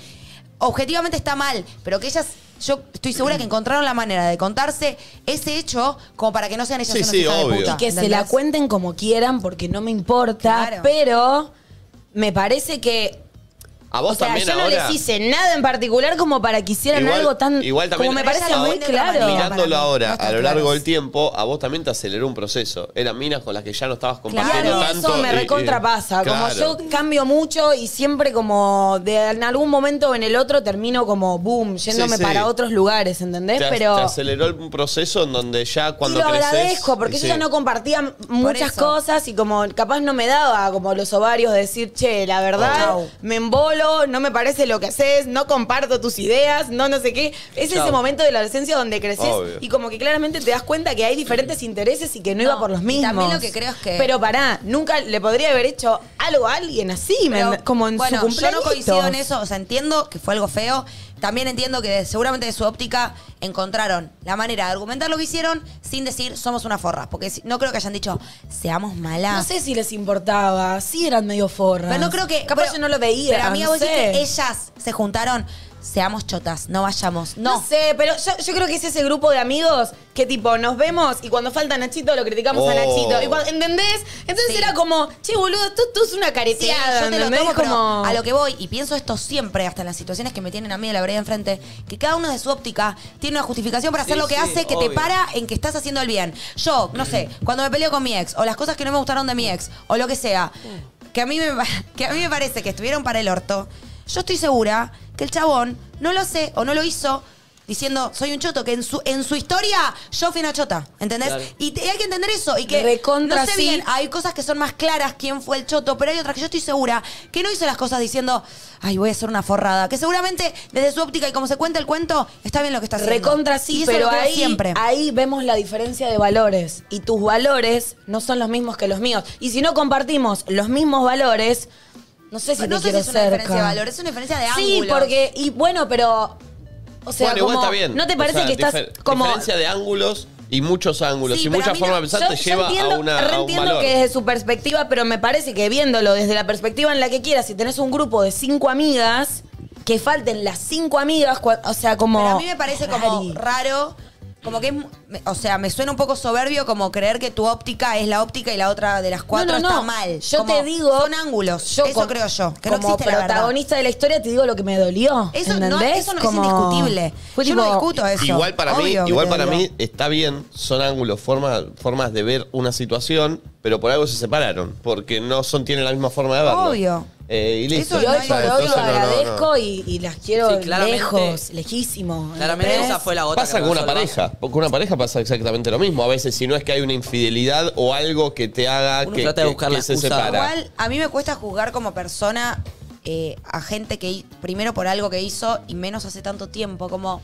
Objetivamente está mal, pero que ellas, yo estoy segura que encontraron la manera de contarse ese hecho como para que no sean ellas Sí, unas sí, hijas de obvio. puta. Y que se la ¿entendés? cuenten como quieran porque no me importa, Claro. pero me parece que A vos o sea, también yo no ahora. les hice nada en particular como para que hicieran Igual- algo tan igual también- como me parece Ahora- muy claro. Mirá, para mí, Mirándolo ahora, no a están lo largo claros. del tiempo, a vos también te aceleró un proceso. Eran minas con las que ya no estabas Y compartiendo a mí tanto. eso me y- y- recontrapasa. Como Claro. yo cambio mucho y siempre como de en algún momento o en el otro termino como boom, Sí, yéndome sí. para otros lugares, ¿entendés? Te, ac- pero te aceleró un proceso en donde ya cuando y lo creces, agradezco, porque y yo ya sí. no compartía m- muchas eso. cosas y como capaz no me daba como los ovarios de decir, che, la verdad, Chau. me embolo, no me parece lo que haces, no comparto tus ideas, no no sé qué. Es Chau. ese momento de la adolescencia donde creces Obvio. y como que claramente te das cuenta que hay diferentes intereses y que no, iba No, por los y mismos. también lo que creo es que- Pero pará, nunca le podría haber hecho algo a alguien así, me- Pero, como en bueno, su cumpleaños. Yo no coincido en eso, o sea, entiendo que fue algo feo. También entiendo que de- seguramente de su óptica encontraron la manera de argumentar lo que hicieron sin decir somos una forra. Porque si- no creo que hayan dicho seamos malas. No sé si les importaba, sí eran medio forras. Pero no creo que. Capaz pero- yo no lo veía. Pero amiga, no vos sé. dijiste, ellas se juntaron, seamos chotas, no vayamos. No. No. sé, pero yo, yo creo que es ese grupo de amigos que tipo nos vemos y cuando falta Nachito lo criticamos a Oh. Nachito. Y cuan- ¿Entendés? Entonces Sí. era como, che, boludo, tú, tú es una Sí, careteada. yo te lo ¿entendés? tomo, pero como... a lo que voy, y pienso esto siempre, hasta en las situaciones que me tienen a mí de la vereda enfrente, que cada uno de su óptica tiene una justificación para hacer Sí, lo que sí, hace que obvio. te para en que estás haciendo el bien. Yo, no sé, cuando me peleo con mi ex, o las cosas que no me gustaron de mi ex, o lo que sea, que a mí me, que a mí me parece que estuvieron para el orto, yo estoy segura que el chabón no lo hace o no lo hizo. Diciendo, soy un choto, que en su, en su historia yo fui una chota, ¿entendés? Claro. Y te- hay que entender eso, y que Recontra no sé sí. bien, hay cosas que son más claras quién fue el choto, pero hay otras que yo estoy segura que no hizo las cosas diciendo, ay, voy a hacer una forrada. Que seguramente desde su óptica y como se cuenta el cuento, está bien lo que está haciendo. Recontra Y sí, eso pero lo creo ahí, siempre. ahí vemos la diferencia de valores. Y tus valores no son los mismos que los míos. Y si no compartimos los mismos valores, no sé si te no sé si quiero es una cerca. diferencia de valor, es una diferencia de Sí, ángulos. porque, y bueno, pero. O sea, Bueno, igual como, está bien. ¿no te O parece sea, que estás difer- como Diferencia de ángulos y muchos ángulos Sí, y pero a muchas mí no- formas de pensar te lleva a, una, a un reentiendo valor. que desde su perspectiva, pero me parece que viéndolo desde la perspectiva en la que quieras, si tenés un grupo de cinco amigas, que falten las cinco amigas, cua- o sea, como... Pero a mí me parece como Rari. raro, como que es, mu- me- o sea, me suena un poco soberbio como creer que tu óptica es la óptica y la otra de las cuatro No, no, está no. mal. Yo Como te digo... son ángulos. eso como- creo yo, que no como existe la verdad. protagonista de la historia te digo lo que me dolió, Eso no, ¿entendés? eso no Como- es indiscutible. Fue Yo no tipo- discuto eh. eso. Igual para Obvio mí, que igual te para digo. mí está bien, son ángulos, formas, formas de ver una situación, pero por algo se separaron, porque no son tienen la misma forma de verlo. Obvio. Eh, y listo. Eso Y No hoy hay- por Entonces, hoy no, lo no, no. agradezco Y, y las quiero Sí, claramente- lejos, lejísimo. Claramente ¿entendés? esa fue la gota Pasa que con una rebasó el pareja, porque una pareja pasa exactamente lo mismo. A veces, si no es que hay una infidelidad o algo que te haga Uno que, trata de que- buscar que la se excusa. separa. Igual a mí me cuesta juzgar como persona eh, a gente que hi- primero por algo que hizo y menos hace tanto tiempo. Como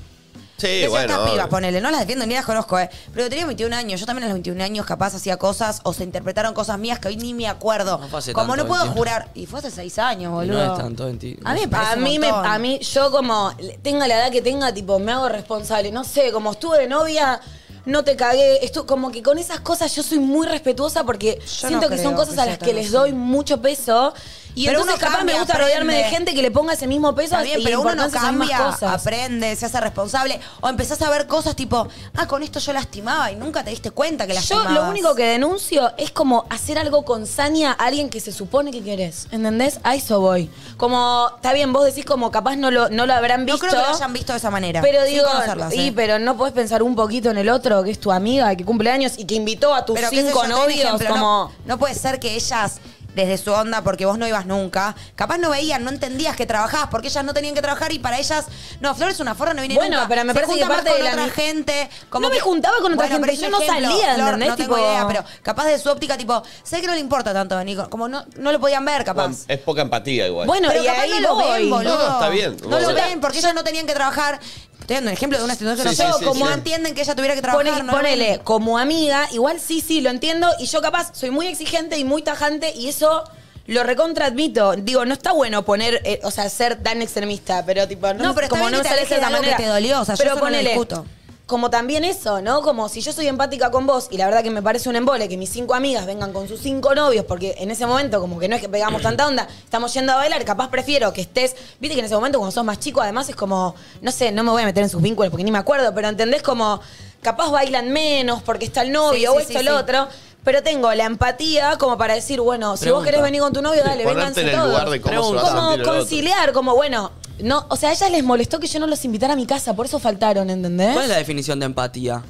Sí, De bueno. ciertas pibas, obvio. ponele. No las defiendo ni las conozco, ¿eh? Pero tenía 21 años. Yo también a los 21 años capaz hacía cosas o se interpretaron cosas mías que hoy ni me acuerdo. No fue hace Como tanto, no puedo 21. jurar. Y fue hace 6 años, Y boludo. No es tanto en ti. A mí me parece A un mí, me, montón. a mí, yo como, le- tenga la edad que tenga, tipo, me hago responsable. No sé, como estuve de novia, no te cagué. Esto, como que con esas cosas yo soy muy respetuosa porque Yo no siento que son creo cosas que a sea las que tan les así. doy mucho peso. Y Pero entonces uno capaz cambia, me gusta rodearme de aprende. gente que le ponga ese mismo peso Está bien, y la pero uno no importancia de esas mismas cambia, cosas. aprende, se hace responsable. O empezás a ver cosas tipo, ah, con esto yo lastimaba y nunca te diste cuenta que Yo lastimabas. lo único que denuncio es como hacer algo con saña a alguien que se supone que querés. ¿Entendés? A eso voy. Como, está bien, vos decís como capaz no lo, no lo habrán No visto. creo que lo hayan visto de esa manera. Pero sin digo, conocerlas, y ¿eh? pero no podés pensar un poquito en el otro, que es tu amiga, que cumple años y que invitó a tus Pero qué sé yo, cinco te doy un novios. ejemplo, como, no, no puede ser que ellas, desde su onda, porque vos no ibas nunca, capaz no veían, no entendías que trabajabas, porque ellas no tenían que trabajar y para ellas, no, Flores es una forra, no viene Bueno, nunca. pero me Se parece que junta más parte con de la otra ami- gente. Como No me que- juntaba con otra gente, pero es yo un no salía, Flor, ¿entendés? No tengo Tipo- idea, pero capaz de su óptica, tipo, sé que no le importa tanto venir, con- como no, no lo podían ver, Bueno, capaz. es poca empatía igual. Bueno, pero y capaz ahí no lo voy. ven, boludo. No, no, está bien. No Yo lo ta- ven, porque ellas no tenían que trabajar. Estoy dando un ejemplo de una situación Sí, que sí, no sé, sí, como sí. no entienden que ella tuviera que trabajar. Pone- no lo ven. ponele, como amiga, igual sí, sí, lo entiendo. Y yo capaz soy muy exigente y muy tajante y eso lo recontra admito. Digo, no está bueno poner, eh, o sea, ser tan extremista, pero tipo, no, No, pero está como bien no que te sales alejes de algo que te dolió, o sea, yo eso no lo discuto. Como también eso, ¿no? Como si yo soy empática con vos y la verdad que me parece un embole que mis cinco amigas vengan con sus cinco novios, porque en ese momento como que no es que pegamos tanta onda, estamos yendo a bailar, capaz prefiero que estés, viste que en ese momento cuando sos más chico además es como, no sé, no me voy a meter en sus vínculos porque ni me acuerdo, pero entendés como, capaz bailan menos porque está el novio Sí, o sí, esto sí, el sí. otro, pero tengo la empatía como para decir, bueno, si vos Pregunta. querés venir con tu novio, Sí, dale, ponerte vénganse en el todos. lugar de cómo se va a Como sentir el otro. conciliar, como bueno, no, o sea, a ellas les molestó que yo no los invitara a mi casa, por eso faltaron, ¿entendés? ¿Cuál es la definición de empatía?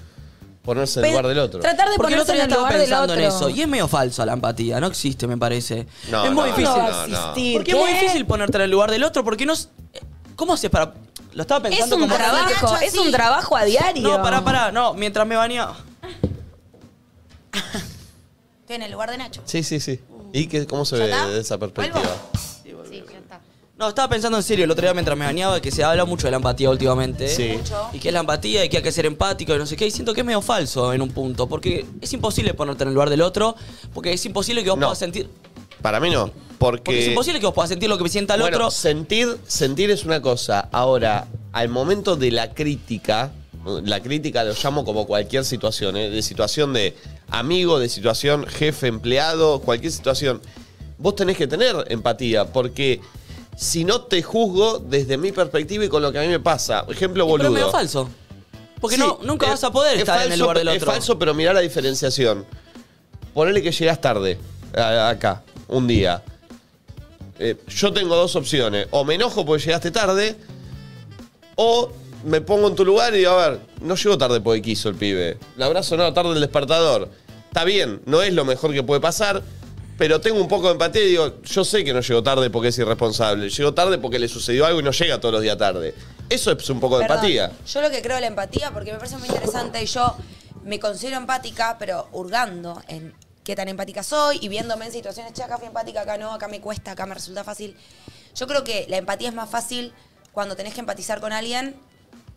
Ponerse en el lugar del otro. Tratar de Porque el ponerse otro en día el estaba lugar del pensando otro. en eso. Y es medio falso la empatía. No existe, me parece. No, es muy no, difícil. No va No, a no. existir. Porque es muy ¿Qué? difícil ponerte en el lugar del otro. Porque no. s- eh, ¿Cómo haces para.? Lo estaba pensando Es un como- trabajo, Nacho, es un así. trabajo a diario. No, pará, pará. No, mientras me bañaba. Estoy en el lugar de Nacho. Sí, sí, sí. ¿Y qué, cómo se ¿Ya ve está? desde esa perspectiva? ¿Vuelvo? Sí, ya está. No, estaba pensando en serio el otro día mientras me bañaba que se habla mucho de la empatía últimamente. Sí. Y que es la empatía y que hay que ser empático y no sé qué. Y siento que es medio falso en un punto. Porque es imposible ponerte en el lugar del otro. Porque es imposible que vos No. puedas sentir. Para mí no. Porque, Porque es imposible que vos puedas sentir lo que sienta el Bueno, otro. sentir, sentir es una cosa. Ahora, al momento de la crítica, la crítica lo llamo como cualquier situación, ¿eh? de situación de amigo, de situación jefe, empleado, cualquier situación. Vos tenés que tener empatía, porque si no te juzgo desde mi perspectiva y con lo que a mí me pasa. Ejemplo Pero boludo. es medio falso. Porque Sí, no, nunca es- vas a poder es estar en el falso, lugar del otro. Es falso, pero mirá la diferenciación. Ponele que llegás tarde a- acá, un día. Eh, yo tengo dos opciones. O me enojo porque llegaste tarde, o me pongo en tu lugar y digo, a ver, no llego tarde porque quiso el pibe. Le habrá sonado tarde el despertador. Está bien, no es lo mejor que puede pasar, pero tengo un poco de empatía y digo, yo sé que no llegó tarde porque es irresponsable. Llegó tarde porque le sucedió algo y no llega todos los días tarde. Eso es un poco de Perdón, empatía. Yo lo que creo de la empatía, porque me parece muy interesante y yo me considero empática, pero hurgando en qué tan empática soy y viéndome en situaciones, che, acá fui empática, acá no, acá me cuesta, acá me resulta fácil. Yo creo que la empatía es más fácil cuando tenés que empatizar con alguien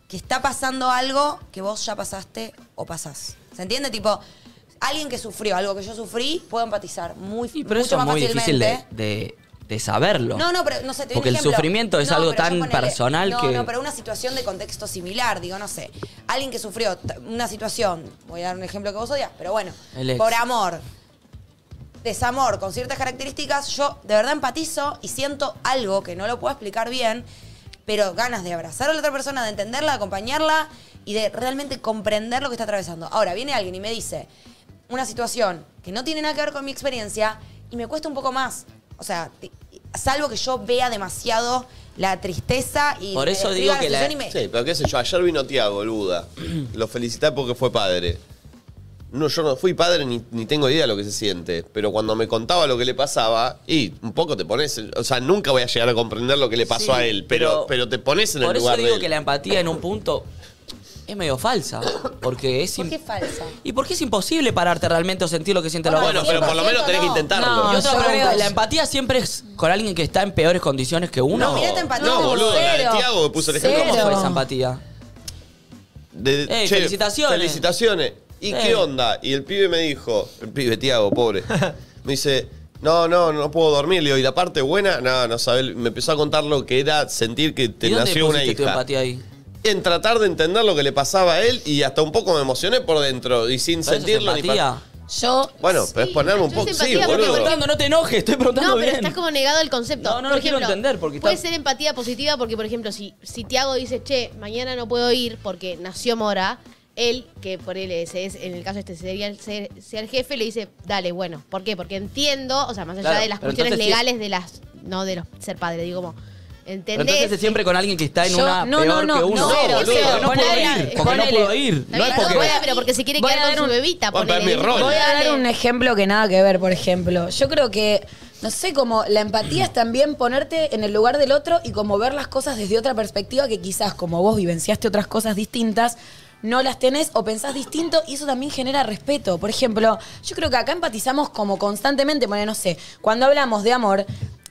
que está pasando algo que vos ya pasaste o pasás. ¿Se entiende? Tipo, alguien que sufrió algo que yo sufrí, puedo empatizar muy, Sí, pero mucho eso es más muy fácilmente. difícil de, de- de saberlo. No, no, pero no sé, te doy Porque el un ejemplo. sufrimiento es No, algo pero yo tan ponele- personal no, que. No, pero una situación de contexto similar, digo, no sé. Alguien que sufrió t- una situación, voy a dar un ejemplo que vos odias, pero bueno, El ex. por amor, desamor, con ciertas características, yo de verdad empatizo y siento algo que no lo puedo explicar bien, pero ganas de abrazar a la otra persona, de entenderla, de acompañarla y de realmente comprender lo que está atravesando. Ahora, viene alguien y me dice una situación que no tiene nada que ver con mi experiencia y me cuesta un poco más. O sea, ti- salvo que yo vea demasiado la tristeza y Por me eso describa digo que la- situación y me- Sí, pero qué sé yo, ayer vino Tiago, el Buda. Lo felicité porque fue padre. No, yo no fui padre ni, ni tengo idea de lo que se siente. Pero cuando me contaba lo que le pasaba, y un poco te pones. en- O sea, nunca voy a llegar a comprender lo que le pasó Sí, a él, pero, pero, te pones en el Por eso lugar digo de que él. la empatía en un punto es medio falsa. Porque es. ¿Por qué im- falsa? Y porque es imposible pararte realmente o sentir lo que siente la Bueno, pero por lo menos tenés que intentarlo. No, Y yo otra creo pregunta, que- ¿la empatía siempre es con alguien que está en peores condiciones que uno? No, mirá, te empató, no, te boludo, la de cero. Tiago que puso el ejemplo. Cero. ¿Cómo fue esa empatía? de- Ey, Eh, felicitaciones. Eh. Felicitaciones. ¿Y Ey. qué onda? Y el pibe me dijo, el pibe Tiago, pobre, me dice, no, no, no puedo dormir. Le digo, ¿y la parte buena? No, no sabe. Me empezó a contar lo que era sentir que te ¿Y dónde nació una pusiste tu hija. empatía ahí? En tratar de entender lo que le pasaba a él y hasta un poco me emocioné por dentro y sin ¿Pero eso es sentirlo ni empatía? pa- Yo Bueno, pero Sí, es ponerme un yo poco. es Sí, empatía, Estoy boludo. preguntando, no te enojes, estoy preguntando No, pero bien. estás como negado el concepto. No, no por lo quiero ejemplo, entender, porque Puede está- ser empatía positiva porque, por ejemplo, si, si Tiago dice, che, mañana no puedo ir porque nació Mora, él, que por él es, es- en el caso este sería el, ser- sea el jefe, le dice, dale, bueno, ¿por qué? Porque entiendo, o sea, más allá Claro, de las pero cuestiones entonces sí- legales de las, no de los ser padre, digo como, Pero ¿entendés? entonces es siempre con alguien que está en Yo- una no, peor no, no, que uno. no, No, boludo, cero, porque no puedo ponele, ir, porque no ponele. puedo ir. Está No bien, es porque. bueno, pero porque se quiere Voy a quedar dar con su un- bebita. Bueno, ponele, pero es mi digo, rol. Voy a dale. dar un ejemplo que nada que ver, por ejemplo. Yo creo que, no sé, como la empatía es también ponerte en el lugar del otro y como ver las cosas desde otra perspectiva que quizás como vos vivenciaste otras cosas distintas, no las tenés o pensás distinto y eso también genera respeto. Por ejemplo, yo creo que acá empatizamos como constantemente, bueno, no sé, cuando hablamos de amor...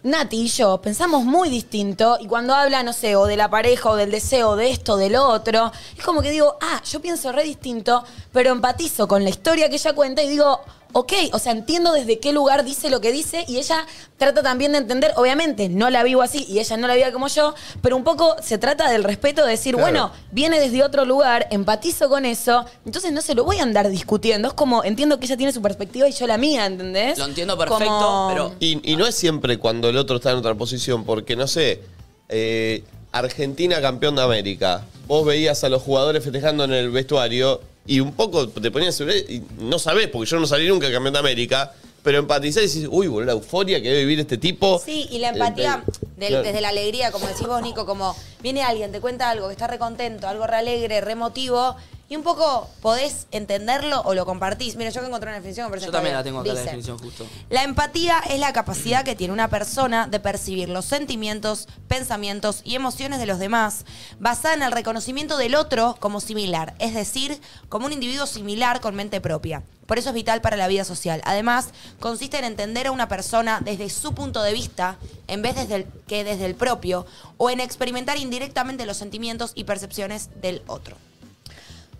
Nati y yo pensamos muy distinto y cuando habla, no sé, o de la pareja o del deseo de esto, del otro, es como que digo, ah, yo pienso re distinto, pero empatizo con la historia que ella cuenta y digo, ok, o sea, entiendo desde qué lugar dice lo que dice y ella trata también de entender, obviamente, no la vivo así y ella no la vive como yo, pero un poco se trata del respeto de decir, Claro. bueno, viene desde otro lugar, empatizo con eso, entonces no se lo voy a andar discutiendo, es como, entiendo que ella tiene su perspectiva y yo la mía, ¿entendés? Lo entiendo perfecto, Como- pero- Y, y no es siempre cuando el otro está en otra posición, porque no sé, eh, Argentina campeón de América, vos veías a los jugadores festejando en el vestuario y un poco te ponías sobre y no sabés, porque yo no salí nunca campeón de América, pero empatizás y decís, uy, boludo, la euforia que debe vivir este tipo. Sí, y la Eh, empatía eh, del- claro. desde la alegría, como decís vos, Nico, como viene alguien, te cuenta algo que está recontento, algo re alegre, re emotivo, y un poco podés entenderlo o lo compartís. Mira, yo que encontré una definición, pero Yo también la tengo acá, la definición justo. La empatía es la capacidad que tiene una persona de percibir los sentimientos, pensamientos y emociones de los demás, basada en el reconocimiento del otro como similar, es decir, como un individuo similar con mente propia. Por eso es vital para la vida social. Además, consiste en entender a una persona desde su punto de vista, en vez desde el- que desde el propio, o en experimentar indirectamente los sentimientos y percepciones del otro.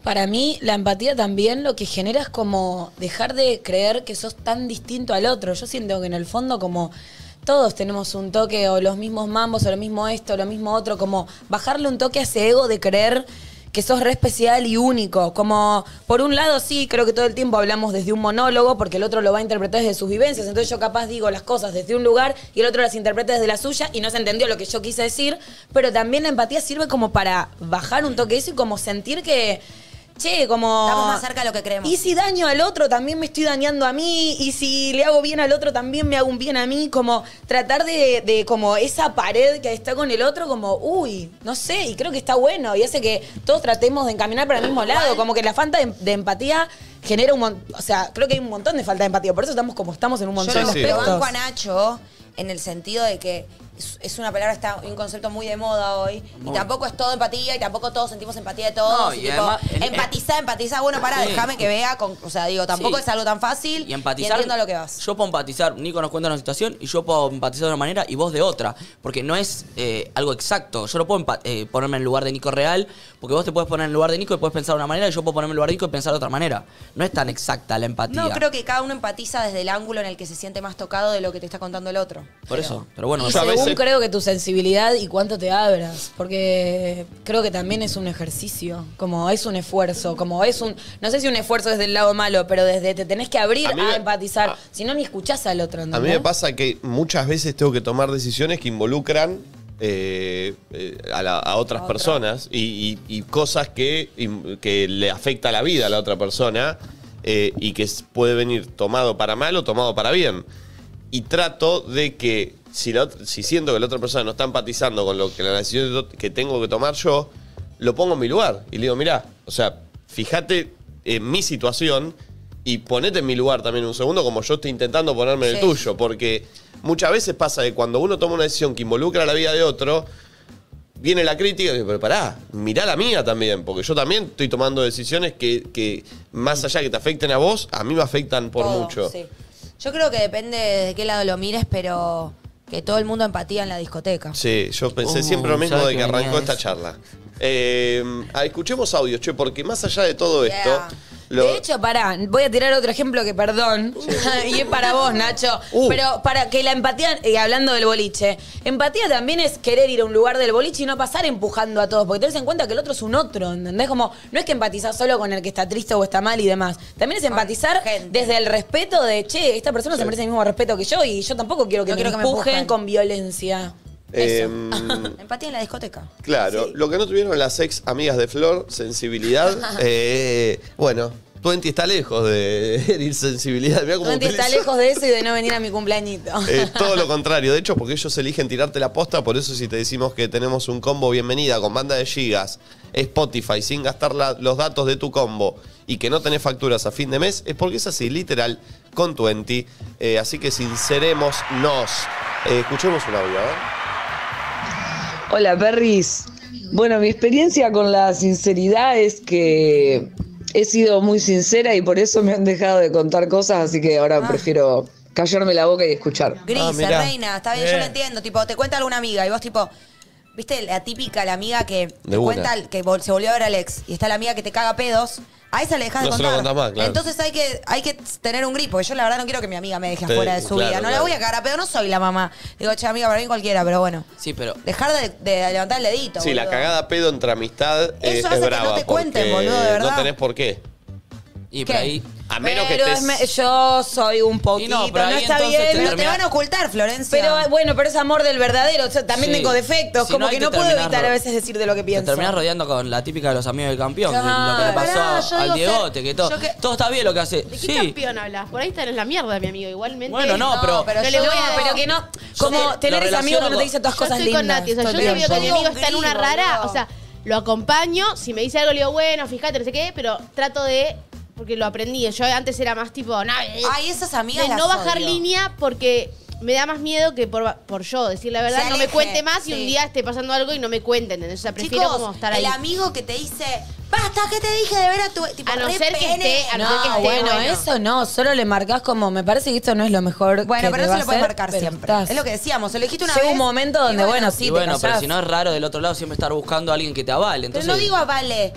Para mí, la empatía también lo que genera es como dejar de creer que sos tan distinto al otro. Yo siento que en el fondo como todos tenemos un toque o los mismos mambos o lo mismo esto, o lo mismo otro, como bajarle un toque a ese ego de creer que sos re especial y único. Como, por un lado, sí, creo que todo el tiempo hablamos desde un monólogo porque el otro lo va a interpretar desde sus vivencias. Entonces yo capaz digo las cosas desde un lugar y el otro las interpreta desde la suya y no se entendió lo que yo quise decir. Pero también la empatía sirve como para bajar un toque eso y como sentir que... Che, como. Estamos más cerca de lo que creemos. Y si daño al otro, también me estoy dañando a mí. Y si le hago bien al otro, también me hago un bien a mí. Como tratar de, de como esa pared que está con el otro, como, uy, no sé. Y creo que está bueno. Y hace que todos tratemos de encaminar para el mismo lado. Como que la falta de, de empatía genera un montón. O sea, creo que hay un montón de falta de empatía. Por eso estamos como estamos en un montón Yo de lo, Sí, sí. lo aspectos. banco a Nacho en el sentido de que es, es una palabra, está un concepto muy de moda hoy. Y tampoco es todo empatía y tampoco todos sentimos empatía de todos. No, y y tipo, además- en- empatiza, empatiza, bueno, para, Sí. déjame que vea. con- o sea, digo, tampoco Sí. es algo tan fácil. Y empatizar. entiendo a lo que vas. Yo puedo empatizar, Nico nos cuenta una situación y yo puedo empatizar de una manera y vos de otra. Porque no es eh, algo exacto. Yo no puedo empa- eh, ponerme en el lugar de Nico real, porque vos te puedes poner en el lugar de Nico y puedes pensar de una manera y yo puedo ponerme en el lugar de Nico y pensar de otra manera. No es tan exacta la empatía. no, creo que cada uno empatiza desde el ángulo en el que se siente más tocado de lo que te está contando el otro. Por eso, pero bueno, Y Yo a según veces- creo que tu sensibilidad y cuánto te abras, porque creo que también es un ejercicio, como es un esfuerzo, como es un, no sé si un esfuerzo desde el lado malo, pero desde te tenés que abrir A a, mí me- empatizar, a- si no ni escuchás al otro. A ¿entendés? mí me pasa que muchas veces tengo que tomar decisiones que involucran eh, eh, a, la- a otras personas y, y- y cosas que, im- que le afecta la vida a la otra persona eh, y que s- puede venir tomado para mal o tomado para bien. Y trato de que si, la ot- si siento que la otra persona no está empatizando con lo que la decisión do- que tengo que tomar yo, lo pongo en mi lugar y le digo, mirá, o sea, fíjate en mi situación y ponete en mi lugar también un segundo como yo estoy intentando ponerme en el Sí. tuyo, porque muchas veces pasa que cuando uno toma una decisión que involucra la vida de otro, viene la crítica y dice, pero pará, mirá la mía también, porque yo también estoy tomando decisiones que, que más allá que te afecten a vos, a mí me afectan por Todo, mucho. sí. Yo creo que depende de qué lado lo mires, pero que todo el mundo empatía en la discoteca. Sí, yo pensé Uh, siempre lo mismo ya de que que venía arrancó eso. esta charla. Eh, ah, escuchemos audios, che, porque más allá de todo Yeah. esto. lo- De hecho, pará, voy a tirar otro ejemplo que perdón, y es para vos, Nacho. Uh. Pero para que la empatía, eh, hablando del boliche, empatía también es querer ir a un lugar del boliche y no pasar empujando a todos, porque tenés en cuenta que el otro es un otro, ¿entendés? Como, no es que empatizás solo con el que está triste o está mal y demás. También es empatizar gente. desde el respeto de, che, esta persona se merece el mismo respeto que yo y yo tampoco quiero que, No me, quiero que me empujen empujen. con violencia. eh, Empatía en la discoteca. claro, lo que no tuvieron las ex amigas de Flor, sensibilidad. eh, bueno, Twenty está lejos de herir sensibilidad. Mirá Uh, cómo Realmente está utilizó. lejos de eso y de no venir a mi cumpleañito. Eh, todo lo contrario, de hecho, porque ellos eligen tirarte la posta, por eso si te decimos que tenemos un combo bienvenida con banda de gigas, Spotify, sin gastar la- los datos de tu combo y que no tenés facturas a fin de mes, es porque es así, literal, con 20. Eh, así que sincerémonos. Eh, escuchemos un audio, a ver. Hola, Perris. Bueno, mi experiencia con la sinceridad es que he sido muy sincera y por eso me han dejado de contar cosas, así que Ah. ahora prefiero callarme la boca y escuchar. Gris, Ah, mirá. reina, está bien, yo lo entiendo. Tipo, te cuenta alguna amiga y vos, tipo, ¿viste la típica, la amiga que te una. cuenta que vol- se volvió a ver al ex y está la amiga que te caga pedos? A esa le dejas de No se lo contar. contás más, claro. Entonces hay que, hay que tener un grip, porque yo la verdad no quiero que mi amiga me deje Te- afuera de su claro, vida. No la claro. voy a cagar a pedo, no soy la mamá. Digo, che, amiga, para mí cualquiera, pero bueno. Sí, pero Dejar de, de levantar el dedito. Sí, la boludo. cagada pedo entre amistad eh, Eso es hace que no brava. te cuenten, porque boludo, de verdad. No tenés por qué. y ¿Qué? por ahí A menos Pero que es me- estés... yo soy un poquito, no, no, pero ahí está entonces bien. te no Pero te Termina- van a ocultar, Florencia. Pero eh, bueno, pero es amor del verdadero. O sea, también Sí. tengo defectos. Si como no, ahí que te no puedo terminás evitar ro- a veces decir de lo que te pienso. terminás rodeando con la típica de los amigos del campeón, que lo que le Claro, pasó pará, yo al digo Diegote, ser- que todo. yo que- Todo está bien lo que hace. ¿De qué Sí. campeón hablas? Por ahí está en la mierda, mi amigo, igualmente. Bueno, no, pero- pero no le yo- voy No, a pero que no. Como lo tener ese amigo relaciono que no te dice con- todas Yo cosas estoy lindas. con Nati, o sea, yo Estoy si bien, veo que mi Tengo amigo un está en una gris, rara, boludo. o sea, lo acompaño, si me dice algo le digo, bueno, fíjate, no sé qué, pero trato de, porque lo aprendí, yo antes era más tipo, no, eh, Ay, esas amigas. de las no bajar odio. línea porque me da más miedo que por, por yo decir la verdad, Se no me aleje, cuente más y un sí. día esté pasando algo y no me cuenten, ¿entendés? o sea, prefiero Chicos, como estar ahí. el amigo que te dice, basta, ¿qué te dije de ver a tu tipo, A no re ser que pene"? esté- a no No, ser que esté bueno, bueno. eso no. Solo le marcás como, me parece que esto no es lo mejor. Bueno, que pero no te se va a lo puedes hacer, marcar pero siempre. estás- Es lo que decíamos, lo dijiste una Llega vez. un momento y donde, bueno, Y sí, te bueno, pero callás. si no es raro del otro lado siempre estar buscando a alguien que te avale. Pero Entonces, no digo a vale.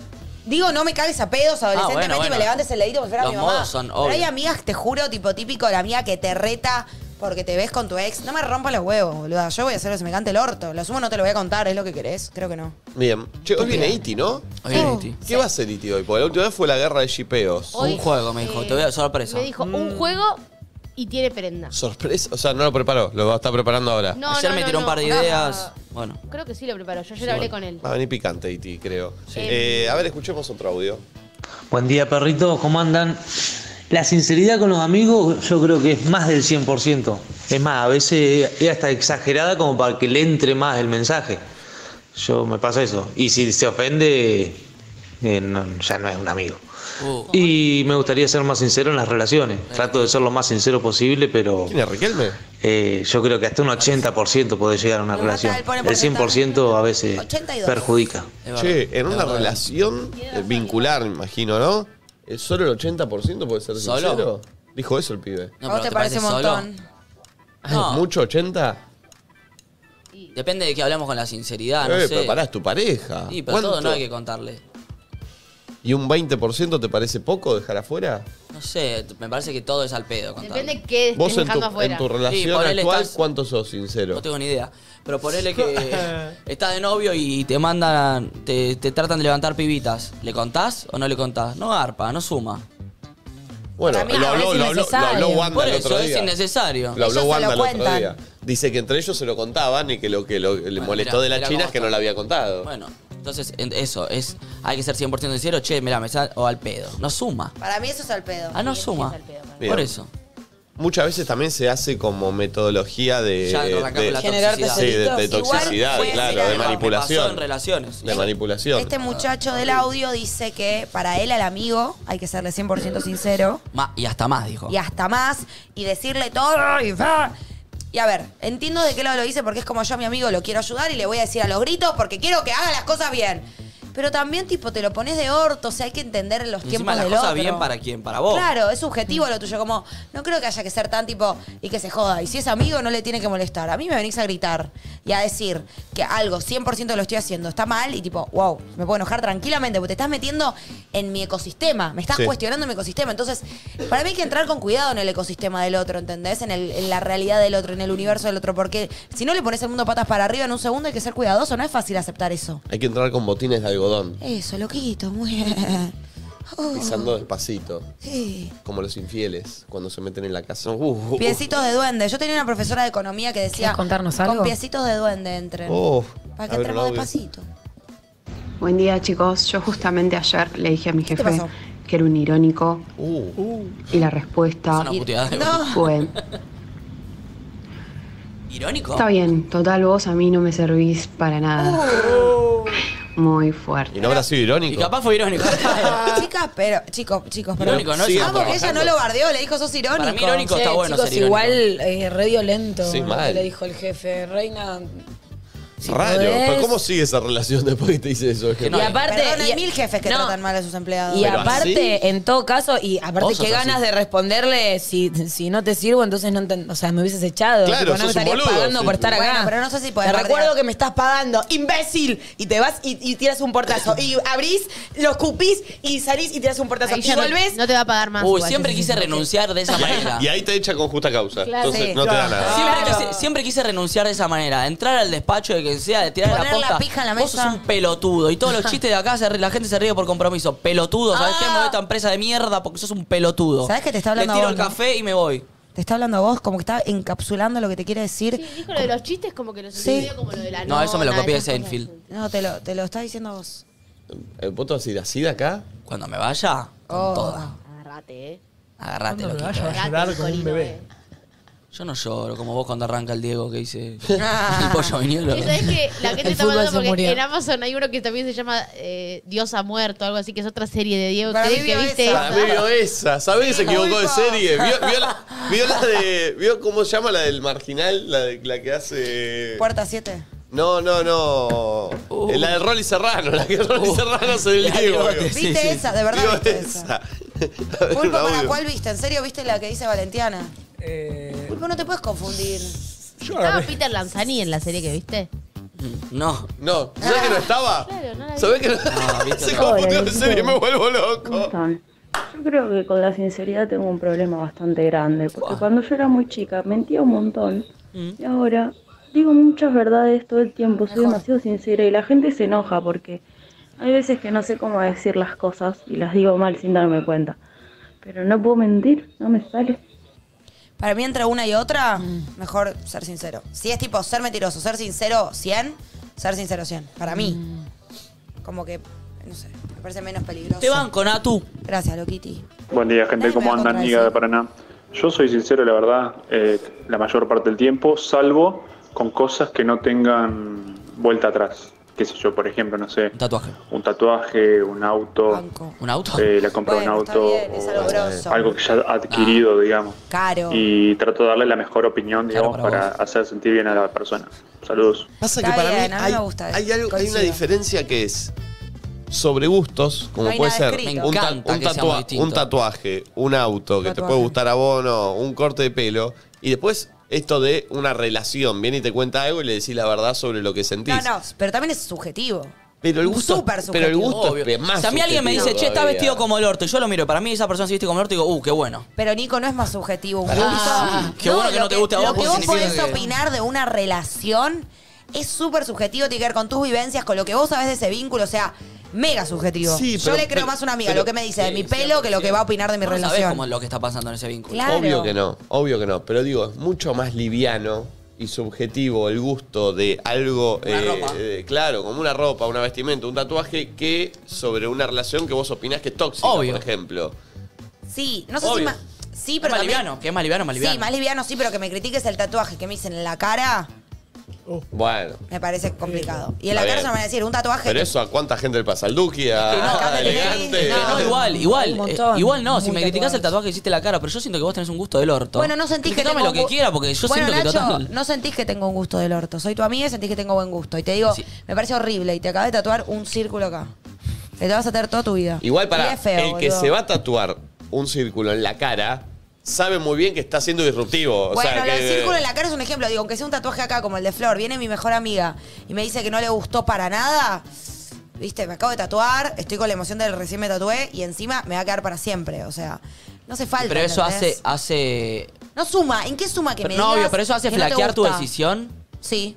Digo, no me cagues a pedos adolescentemente bueno, y me bueno. levantes el dedito como si fuera Los mi mamá. modos son Pero hay obvios. amigas, te juro, tipo típico, la amiga que te reta porque te ves con tu ex. No me rompa los huevos, boluda. Yo voy a hacer lo semejante el orto. Lo sumo, no te lo voy a contar, es lo que querés. Creo que no. Bien. Che, hoy viene Iti, ¿no? Hoy viene Iti. ¿Qué va a hacer Iti hoy? Porque la última vez fue la guerra de shipeos. Hoy, Un juego, me dijo, te voy a- sorpresa. Eh, Me dijo, Mm. un juego y tiene prenda. Sorpresa, o sea, no lo preparó, lo está preparando ahora. No, Ayer no, me no, tiró un no. par de No. ideas. Bueno. Creo que sí lo preparó, yo ayer Sí, hablé bueno. con él. Va a venir picante, Iti, creo. Eh, a ver, escuchemos otro audio. Buen día, perritos, ¿cómo andan? La sinceridad con los amigos yo creo que es más del 100%. Es más, a veces es hasta exagerada como para que le entre más el mensaje. Yo me pasa eso. Y si se ofende, eh, no- ya no es un amigo. Uh, Y me gustaría ser más sincero en las relaciones. Trato de ser lo más sincero posible, pero ¿Quién es Riquelme? eh, yo creo que hasta un 80% puede llegar a una Me mata, relación. él pone El 100% a veces 82. perjudica. es verdad. Che, en Es una verdad. relación eh, vincular, me imagino, ¿no? ¿Es solo el 80% puede ser ¿Solo? sincero? Dijo eso el pibe. No, ¿A vos pero te, parece un solo? Ah, montón? No. ¿Mucho 80? Depende de que hablamos con la sinceridad, no eh, sé. pero pará, es tu pareja. Sí, pero todo ¿Cuánto? no hay que contarle. ¿Y un 20% te parece poco dejar afuera? No sé, t- me parece que todo es al pedo contarle. Depende qué estés Vos en dejando tu, afuera. en tu relación ponele, actual, estás- ¿cuánto sos sincero? No tengo ni idea. Pero ponele que está de novio y te mandan, te, te tratan de levantar pibitas. ¿Le contás o no le contás? No garpa, no suma. Bueno, Para mí lo no, habló, lo habló, es lo habló innecesario. Wanda Por el eso otro es día. innecesario. Lo habló Ellos se Wanda lo el otro cuentan. día. Dice que entre ellos se lo contaban y que lo que lo- le Bueno, molestó mirá, de la mirá China cómo es que está. no lo había contado. Bueno, entonces en- eso, es hay que ser 100% sincero. Che, mirá, me sal, o al pedo. No suma. Para mí eso es al pedo. Ah, no suma. mí. Por Bien. eso. Muchas veces también se hace como metodología de, Ya arrancás Eh, de- con la generarte toxicidad. sí, de, de Igual, toxicidad, voy a claro, de decir algo. Me pasó en manipulación. relaciones. De manipulación. Este muchacho del Ah. audio dice que para él, al amigo, hay que serle 100% sincero Ma- y hasta más, dijo. y hasta más y decirle todo y va. Y a ver, entiendo de qué lado lo hice porque es como yo a mi amigo lo quiero ayudar y le voy a decir a los gritos porque quiero que haga las cosas bien. Pero también, tipo, te lo pones de orto, o sea, hay que entender los Y tiempos encima las del cosas otro. bien para quién, para vos. Claro, es subjetivo lo tuyo, como no creo que haya que ser tan tipo y que se joda. Y si es amigo, no le tiene que molestar. A mí me venís a gritar y a decir que algo 100% lo estoy haciendo está mal y tipo, wow, me puedo enojar tranquilamente porque te estás metiendo en mi ecosistema, me estás Sí. cuestionando mi ecosistema. Entonces, para mí hay que entrar con cuidado en el ecosistema del otro, ¿entendés? En, el- en la realidad del otro, en el universo del otro, porque si no le pones el mundo patas para arriba en un segundo hay que ser cuidadoso, no es fácil aceptar eso. Hay que entrar con botines de algodón, Eso, loquito, muy bien. Oh, pisando despacito, sí. como los infieles cuando se meten en la casa. Uh, uh, Piecitos de duende. Yo tenía una profesora de economía que decía. ¿Quieres contarnos Con algo? piecitos de duende entren. Oh, para abre un que entremos audio. despacito. Buen día chicos, yo justamente ayer le dije a mi te jefe pasó? que era un irónico Uh, y la Es respuesta una puteada. No. fue, ¿Irónico? está bien, total vos a mí no me servís para nada. Muy fuerte. ¿Y no habrá sido Y irónico? capaz fue irónico. Ah. Chicas, pero. Chicos, chicos, pero. irónico, ¿no? Sí, Es Ah, vamos, porque como- ella no lo bardeó, le dijo sos irónico. Para mí irónico Che, está bueno chicos, ser irónico. igual eh, re violento Sí, lo mal. que le dijo el jefe. Reina. si Raro, podés. pero ¿cómo sigue esa relación después que te dice eso? Que no Y hay. aparte. Perdón, hay y- mil jefes que no, tratan mal a sus empleados. Y Pero aparte, así- en todo caso, y aparte, Vos sos qué ganas así. de responderle si, si no te sirvo, entonces no enten- o sea, me hubieses echado. Claro, tipo, no me sos un estarías boludo, pagando sí. por estar Bueno, acá. pero no sé si podés Te bardear. recuerdo que me estás pagando, imbécil. Y te vas y, y tiras un portazo. Y abrís, lo escupís y salís y tiras un portazo. Ahí y ya no, volvés. no te va a pagar más. Uy, igual, siempre sí, quise sí, sí. renunciar de esa Y ahí, manera. y ahí te echa con justa causa. Claro, Entonces sí. no te da nada. Siempre, Claro. quise, siempre quise renunciar de esa manera. Entrar al despacho de que sea, de tirar la Poner la posta. pija en la Vos mesa. sos un pelotudo. Y todos los chistes de acá, se ri- la gente se ríe por compromiso. Pelotudo, ¿sabes Ah. qué? Me voy a esta empresa de mierda porque sos un pelotudo. ¿Sabés que te está hablando Le tiro a el vos, no? café y me voy. Te está hablando a vos, como que está encapsulando lo que te quiere decir. Sí, dijo lo de los chistes como que los Sí. entendió como lo de la No, eso me lo nona, copié de esas cosas. Seinfeld. No, te lo, te lo está diciendo a vos. ¿El voto así de así de acá? Cuando me vaya, con Oh. toda. Agarrate, eh. Agarrate lo que Vaya quieras. a llorar como un bebé. Yo no lloro como vos cuando arranca el Diego que dice Ah. el pollo viñolo. Sí, ¿sabés que la gente El está fútbol hablando se porque murió. en Amazon hay uno que también se llama eh, Dios ha muerto, algo así, que es otra serie de Diego. Para ¿Crees mí que vio viste esa. esa? Ah, vio esa, ¿sabés que se equivocó de Pulpo. serie? Vio, vio la, vio la de. ¿Vio cómo se llama la del marginal? La, de- la que hace. Puerta 7. No, no, no. Eh, La de Rolly Serrano, la que Rolly Serrano se del La Diego. que vio. Sí, ¿Viste sí. esa? De verdad Vio viste esa. esa. A ver, Pulpo, un ¿para audio. cuál viste? ¿En serio viste la que dice Valentiana? Eh, Pulpo, no te puedes confundir. yo ¿Estaba agarré. Peter Lanzani en la serie que viste? No. No, ¿sabés que no estaba? Claro, no la vi. ¿Sabés que no No, viste Se otra. confundió de serie, me vuelvo loco. están? Yo creo que con la sinceridad tengo un problema bastante grande, porque cuando yo era muy chica mentía un montón y ahora digo muchas verdades todo el tiempo, soy demasiado sincera y la gente se enoja porque hay veces que no sé cómo decir las cosas y las digo mal sin darme cuenta, pero no puedo mentir, no me sale. Para mí, entre una y otra, Mm. mejor ser sincero. Si es tipo ser mentiroso, ser sincero 100, ser sincero 100. Para mí. Mm. Como que, no sé, me parece menos peligroso. Te banco, Natu. Gracias, Loquiti. Buen día, gente. Nadie me ¿Cómo va a andan, Niga de contradecir. Paraná? Yo soy sincero, la verdad, eh, la mayor parte del tiempo, salvo con cosas que no tengan vuelta atrás. Qué sé yo, por ejemplo, no sé, Un tatuaje. un tatuaje, un auto, Banco. ¿Un auto? eh, la compra de Bueno, un está auto, bien, es algo o grosso. algo que ya ha Ah. adquirido, digamos. Caro. Y trato de darle la mejor opinión, Claro, digamos, para para hacer sentir bien a la persona. Saludos. Pasa Está que para bien, mí, a mí hay, me gusta, hay algo- hay coincido. una diferencia que es sobre gustos, como No hay puede nada ser escrito. un, Me ta- encanta un que sea tatua- muy distinto. un tatuaje, un auto que te Tatuaje. puede gustar a vos, no, un corte de pelo, y después esto de una relación, viene y te cuenta algo y le decís la verdad sobre lo que sentís. No, no, pero también es subjetivo. Pero el gusto, Súper pero el subjetivo. gusto Obvio. es más Si a mí alguien me dice, subjetivo che, está todavía". vestido como el orto, y yo lo miro, y para mí esa persona se viste como el orto y digo, uh, qué bueno. Pero Nico, no es más subjetivo un Para mí gusto. sí. Qué bueno que lo no te guste a vos, Lo que porque vos significa podés que- opinar de una relación es súper subjetivo, tiene que ver con tus vivencias, con lo que vos sabés de ese vínculo, o sea, mega subjetivo. Sí, Yo pero- le creo pero- más a una amiga pero- lo que me dice de eh, Sí, mi pelo que lo que va a opinar de mi Vos no relación. Sabés cómo es lo que está pasando en ese vínculo. Claro. Obvio que no, obvio que no. Pero digo, es mucho más liviano y subjetivo el gusto de algo, Una ropa. eh, claro, como una ropa, una vestimenta, un tatuaje, que sobre una relación que vos opinás que es tóxica, Obvio. por ejemplo. Sí, no sé si Obvio. ma- Sí, Es pero más también- liviano, que es más liviano, más liviano. Sí, más liviano, sí, pero que me critiques el tatuaje que me dicen en la cara, Bueno. me parece complicado. Y en Está la cara bien. se me van a decir, un tatuaje. Pero eso, ¿a cuánta gente le pasa? ¿Al Duki? ¿A, Que no, a acá me tenés, Elegante? Que no, igual, Un igual. eh, montón. igual no, si Muy me criticás tatuados. el tatuaje que hiciste en la cara, pero yo siento que vos tenés un gusto del orto. Bueno, no sentís que Criticame tengo lo que gu- quiera, porque yo Bueno, siento que Nacho, total. no sentís que tengo un gusto del orto. Soy tu amiga y sentís que tengo buen gusto. Y te digo, Sí. me parece horrible y te acabas de tatuar un círculo acá. Que te vas a tener toda tu vida. Igual Y para es feo, el que boludo. se va a tatuar un círculo en la cara, sabe muy bien que está siendo disruptivo. O Bueno, sea, lo que- del círculo en la cara es un ejemplo. Digo, aunque sea un tatuaje acá como el de Flor, viene mi mejor amiga y me dice que no le gustó para nada. Viste, me acabo de tatuar, estoy con la emoción del recién me tatué y encima me va a quedar para siempre. O sea, no hace falta. Pero eso ¿entendés? hace. hace No suma. ¿En qué suma que pero- me no, digas obvio, pero eso hace que no te flaquear tu gusta? decisión. Sí.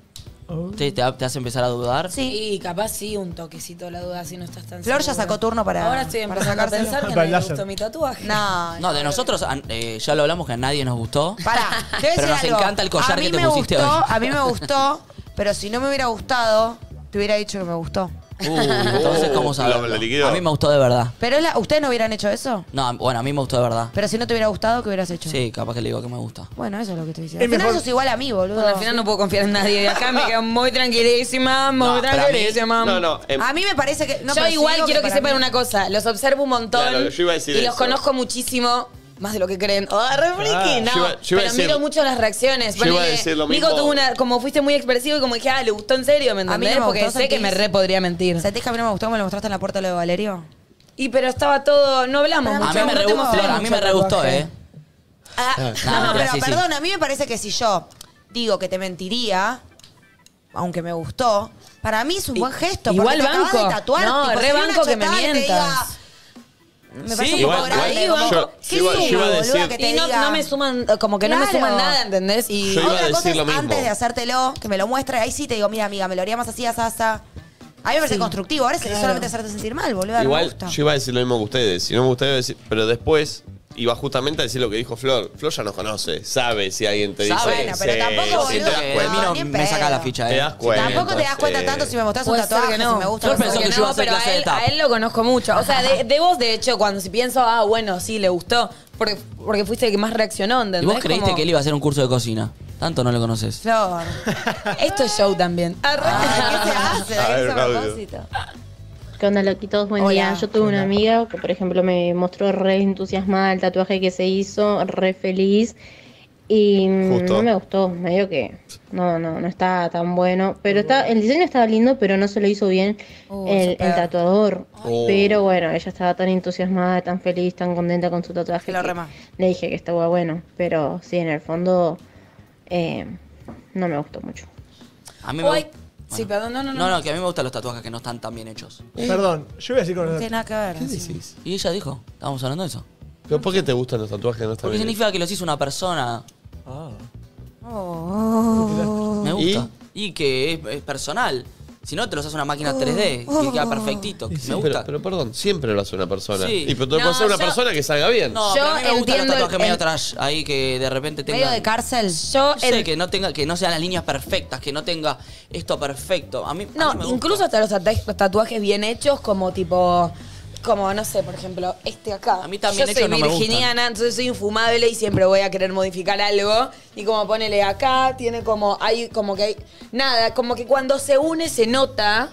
Te, te- te hace empezar a dudar. Sí, capaz sí, un toquecito la duda si no estás tan Flor ya segura. sacó turno para- Ahora estoy para empezando a sacárselo. pensar Para que no el me láser. gustó mi tatuaje. No. No, de nosotros an- eh, ya lo hablamos que a nadie nos gustó. Pará, te voy a Pero decir nos algo. encanta el collar A mí que te me pusiste gustó, hoy. A mí me gustó, pero si no me hubiera gustado, te hubiera dicho que me gustó. Uh, entonces, ¿cómo Uh, saberlo? la- la liquidó. a mí me gustó de verdad. Pero es la- ustedes no hubieran hecho eso. No, a- bueno, a mí me gustó de verdad. Pero si no te hubiera gustado, ¿qué hubieras hecho? Sí, capaz que le digo que me gusta. Bueno, eso es lo que estoy diciendo. Es Al final mejor- sos igual a mí, boludo. Bueno, al final no puedo confiar en nadie. De acá me quedo muy tranquilísima, muy No, pero a mí- tranquilísima. no, no, em- A mí me parece que. No, Yo pero sí igual digo quiero que, para sepan mí- una cosa. Los observo un montón. Claro, yo iba a decir y los eso. conozco muchísimo. Más de lo que creen. ¡Oh, re friki! Yo No, iba- yo iba a pero decir- miro mucho las reacciones. yo iba a Ponele, decir lo Nico mismo. tuvo una... Como fuiste muy expresivo y como dije, ah, le gustó en serio, ¿me no entendés? me Porque gustó, sé que sentís- me re podría mentir. ¿Sentís que a mí no me gustó como lo mostraste en la puerta de lo de Valerio? Y pero estaba todo... No hablamos A mucho. mí me no re te gustó, mostré Flor, a mí mucho me re gustó, tatuaje. eh. Ah, No, no, mentira, pero sí, sí. perdón, a mí me parece que si yo digo que te mentiría, aunque me gustó, para mí es un buen gesto. igual porque te acabas banco. de tatuar, No, tipo, re si una banco que me chotada te diga, mientas. me parece un igual- poco igual- grave. yo- como, yo ¿qué iba- yo suma, iba a boluda, decir- que te Y no, diga? no me suman... Como que no me Claro. suman nada, ¿entendés? Y... Yo iba a Otra cosa decir es lo mismo. antes de hacértelo, que me lo muestre, ahí sí te digo, mira, amiga, me lo haría más así, asasa. A mí me parece Sí. constructivo, ahora es Claro. solamente hacerte sentir mal, boludo. no me Igual gusta. yo iba a decir lo mismo que ustedes. Si no me gustaría decir. Pero después iba justamente a decir lo que dijo Flor. Flor ya nos conoce. Sabe si alguien te dice. Sabe, bueno, pero tampoco, sí, te boludo, das que Eh, a cuenta. mí no ni en me saca pedo. la ficha, eh. Te das cuenta. Tampoco te das cuenta sí. tanto si me mostrás un Puede ser tatuaje, que no. si me gusta. Yo o no. pensé Porque que yo iba a no, hacer pero a clase de él, tap. a él lo conozco mucho. O sea, de, de vos, de hecho, cuando si pienso, ah, bueno, sí, le gustó. Porque, porque fuiste el que más reaccionó, ¿entendés? ¿Y vos creíste Como, que él iba a hacer un curso de cocina? Tanto no lo conoces. Flor. Esto es show también. Ay, ¿Qué se Ah. hace? A ver, Eso a Claudio. propósito. ¿Qué onda, loquitos? Buen día. Hola. Yo tuve una amiga que, por ejemplo, me mostró re entusiasmada el tatuaje que se hizo, re feliz. Y mm, Justo. no me gustó, medio que no, no, no estaba tan bueno. Pero está, el diseño estaba lindo, pero no se lo hizo bien Uh, el, eso el peor. tatuador. Oh. Pero bueno, ella estaba tan entusiasmada, tan feliz, tan contenta con su tatuaje. Que lo que remás. le dije que estaba bueno, pero sí, en el fondo eh, no me gustó mucho. A mí me Ay, gu- Sí, perdón, no, no, no. No, no, que a mí me gustan los tatuajes que no están tan bien hechos. Perdón, yo voy a decir con No tiene nada que ver. ¿Qué encima. decís? Y ella dijo, estábamos hablando de eso. ¿Pero por qué te gustan los tatuajes que no están Porque bien significa que los hizo una persona. Ah. Oh. Me gusta. Y, que es, es personal. Si no, te los hace una máquina 3D. Y queda perfectito. hechos? Y sí, me pero, gusta. pero perdón, siempre lo hace una persona. Sí. Y pero te lo No, puede hacer una yo- persona que salga bien. no, yo pero a mí me gustan los entiendo tatuajes el- medio trash. Ahí que de repente tenga. Medio de cárcel. Yo, No sé, el- que no tenga, que no sean las líneas perfectas, que no tenga esto perfecto. A mí, a no, mí me gusta. incluso hasta los tatuajes- tatuajes bien hechos, como tipo. Como, no sé, por ejemplo, este acá. A mí también Yo hechos soy no me gustan. virginiana, entonces soy infumable y siempre voy a querer modificar algo. Y como ponele acá, tiene como. Hay como que hay. Nada, como que cuando se une se nota.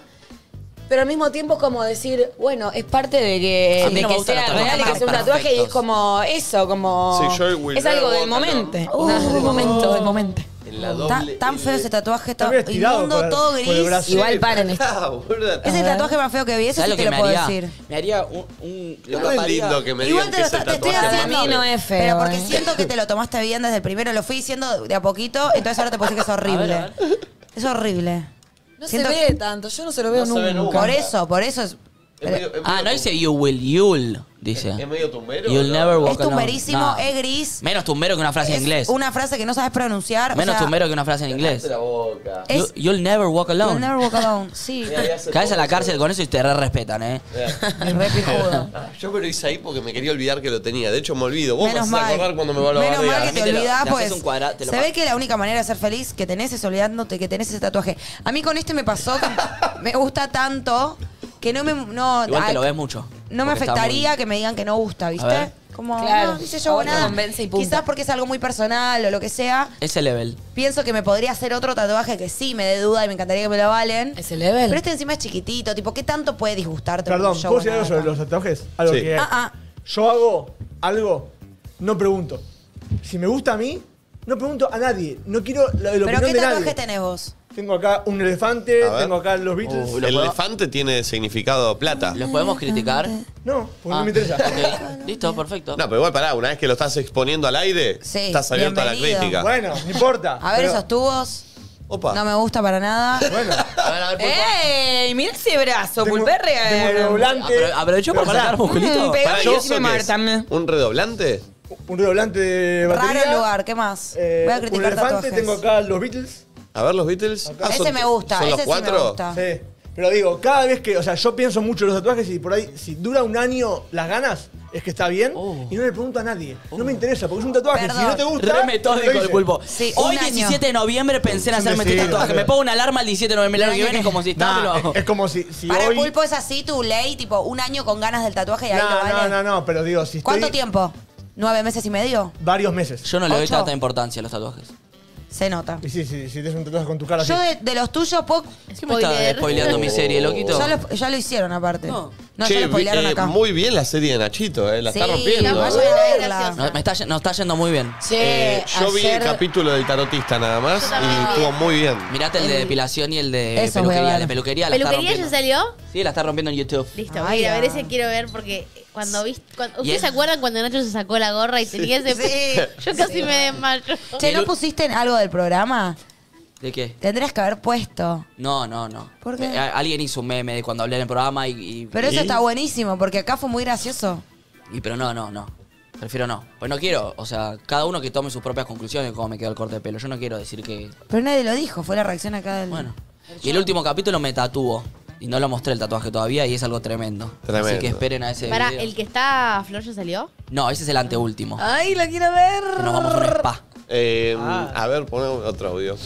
Pero al mismo tiempo como decir, bueno, es parte de que, A mí de no me que gustan sea los tatuajes real y que sea un perfectos. tatuaje y es como eso, como... Sí, yo el Will es algo Never del Walk momento. Alone. Nada, del momento, del momento. En la Ta- doble tan feo L. ese tatuaje, eh, Está todo bien estirado inmundo, por el- todo por el gris. brazo. Igual paren esto. Ah, boluda. Es el tatuaje más feo que vi, eso ¿Sabes sí lo te que lo me puedo haría? decir. Me haría un. un lo No es taparía. lindo que me digan Igual te que lo es el está- te tatuaje estoy más haciendo. feo. Para mí no es feo. Pero porque eh. siento que te lo tomaste bien desde el primero, lo fui diciendo de a poquito, entonces ahora te puedo decir que es horrible. A ver, Es horrible. No Siento- se ve tanto, yo no se lo veo No se nunca. ve nunca. Por eso, por eso es. Es medio- es Ah, medio no tum- dice you will, you'll, dice. ¿Es medio tumbero? no? You'll never walk Es tumberísimo, alone. No. es gris. Menos tumbero que una frase en es inglés. Una frase que no sabes pronunciar. o Menos sea, tumbero que una frase en inglés. Cállate la boca. Es- You- you'll never walk alone. You'll never walk alone. Sí. Mira, ahí hace Caes a todo la eso. cárcel con eso y te re respetan, ¿eh? Mira. Es re picudo. Ah, Yo me lo hice ahí porque me quería olvidar que lo tenía. De hecho, me olvido. Vos Menos me vas a mal. acordar cuando me van a Menos mal bardear. que te Te lo- olvidás, te pues. haces un cuadra- te lo se pa- ve que la única manera de ser feliz que tenés es olvidándote que tenés ese tatuaje. A mí con este me pasó que me gusta tanto que no me. No, Igual te ay, lo ves mucho. No me porque está afectaría muy- que me digan que no gusta, ¿viste? ver. Como, Claro. no, dice yo Ahora nada. convence y punto. Quizás porque es algo muy personal o lo que sea. Ese level. Pienso que me podría hacer otro tatuaje que sí me dé duda y me encantaría que me lo valen. Ese level. Pero este encima es chiquitito, tipo, ¿qué tanto puede disgustarte? Perdón, un show ¿puedo decir o algo nada? sobre los tatuajes? Algo Sí. que Ah, ah. yo hago algo, no pregunto. Si me gusta a mí, no pregunto a nadie. No quiero la, la ¿Pero opinión qué de tatuaje nadie. tenés vos? Tengo acá un elefante, A ver. Uh, tengo acá los Beatles. el elefante tiene significado plata. ¿Los podemos criticar? No, porque no Ah, me interesa. ok. Listo, perfecto. No, pero igual pará, una vez que lo estás exponiendo al aire, Sí, estás abierto a la bienvenido. crítica. Bueno, no importa. A ver Pero- esos tubos. Opa. No me gusta para nada. Bueno. A ver, a ver, ¡Ey! Mirá ese brazo, Ah, Tengo- pulperre. eh. tengo redoblante. Apro- aprovechó para Pero pará. sacar musculito. Mm, pe- Pará, Pegame ¿y que eso se me qué mar es? también. ¿Un redoblante? Un redoblante de batería. Raro el lugar, ¿qué más? eh, Voy a un criticar elefante, tatuajes. tengo acá los Beatles. A ver, los Beatles. Ah, Ese son- me gusta, ¿Son los ese sí me cuatro? gusta. Sí. Pero digo, cada vez que, o sea, yo pienso mucho en los tatuajes y por ahí, si dura un año las ganas, es que está bien. Y no le pregunto a nadie. No me interesa, porque es un tatuaje. Si Perdón. no te gusta. Oh. Re no metódico lo el hice. pulpo. Sí, Hoy, un año. 17 de noviembre, pensé en hacerme este imbécil, tatuaje. boludo. Me pongo una alarma el 17 de noviembre. El año que Año que viene es como si estaba, Nah, me lo hago. es, es como si, si Para hoy. el pulpo es así, tu ley, tipo un año con ganas del tatuaje y ahí lo no, no, vale. no, no, pero digo, si ¿Cuánto estoy tiempo? ¿Nueve meses y medio? varios meses. Yo no le doy Ocho. tanta importancia a los tatuajes. Se nota. Y sí, sí, si tienes un tatuaje con tu cara así. Yo de, de los tuyos, po- ¿Qué me está Spoiler. spoileando mi serie, loquito? ya, lo, ya lo hicieron aparte. No. No, Che, ya lo spoilearon vi- eh, acá. muy bien la serie de Nachito, eh, la Sí, está rompiendo. la eh. vayan a verla. Gracioso. No, me está, ye- nos está yendo muy bien. Che, Eh, yo vi el ayer- capítulo del tarotista nada más Yo también y vi. estuvo muy bien. Mirate el de depilación y el de Eso voy a peluquería. ver. El de peluquería la está ¿Peluquería ya rompiendo. salió? Sí, la está rompiendo en YouTube. Listo, Ay, voy a, ir a ver ah. ese quiero ver porque cuando viste. cuando- ¿Ustedes es- se acuerdan cuando Nacho se sacó la gorra y tenía ese Sí. Yo casi me desmayo. Che, ¿no Pero- pusiste en algo del programa? ¿De qué? Tendrías que haber puesto. No, no, no. ¿Por qué? Eh, Alguien hizo un meme de cuando hablé en el programa y. y- Pero eso y- está buenísimo, porque acá fue muy gracioso. Y pero no, no, no. Prefiero no. Pues no quiero, o sea, cada uno que tome sus propias conclusiones de cómo me quedó el corte de pelo. Yo no quiero decir que. Pero nadie lo dijo, fue la reacción acá del. Bueno. Y el último capítulo me tatuó. Y no lo mostré el tatuaje todavía y es algo tremendo. Así Tremendo. que esperen a ese. Para, video. el que está a Flor ya salió. No, ese es el anteúltimo. Ay, lo quiero ver. Que nos vamos a un spa. Eh, A ver, pon otro audio.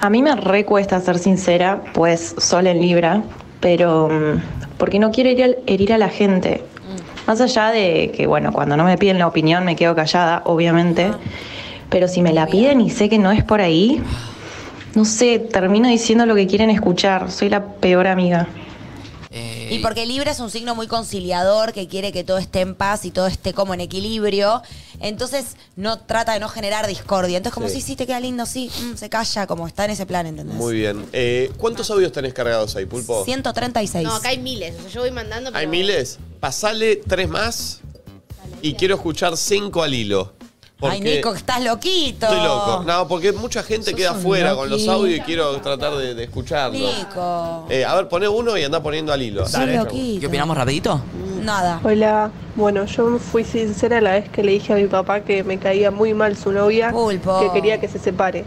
A mí me recuesta ser sincera, pues Sol en Libra, pero mm, porque no quiero herir, herir a la gente. Más allá de que, bueno, cuando no me piden la opinión me quedo callada, obviamente, pero si me la piden y sé que no es por ahí, no sé, termino diciendo lo que quieren escuchar, soy la peor amiga. Eh, Y porque Libra es un signo muy conciliador que quiere que todo esté en paz y todo esté como en equilibrio. Entonces no trata de no generar discordia. Entonces, como Sí. sí, sí, te queda lindo, sí, mm, se calla, como está en ese plan, ¿entendés? Muy bien. Eh, ¿Cuántos audios tenés cargados ahí, Pulpo? 136. No, acá hay miles. O sea, yo voy mandando. Hay pero- miles. Pasale tres más y quiero escuchar cinco al hilo. Porque Ay, Nico, que estás loquito. estoy loco. No, porque mucha gente queda fuera con los audios y quiero tratar de, de escucharlos. Nico. Eh, a ver, poné uno y andá poniendo al hilo. Sos loquito. Eh, ¿Qué opinamos rapidito? Nada. Hola, bueno, yo fui sincera la vez que le dije a mi papá que me caía muy mal su novia, Pulpo. que quería que se separe.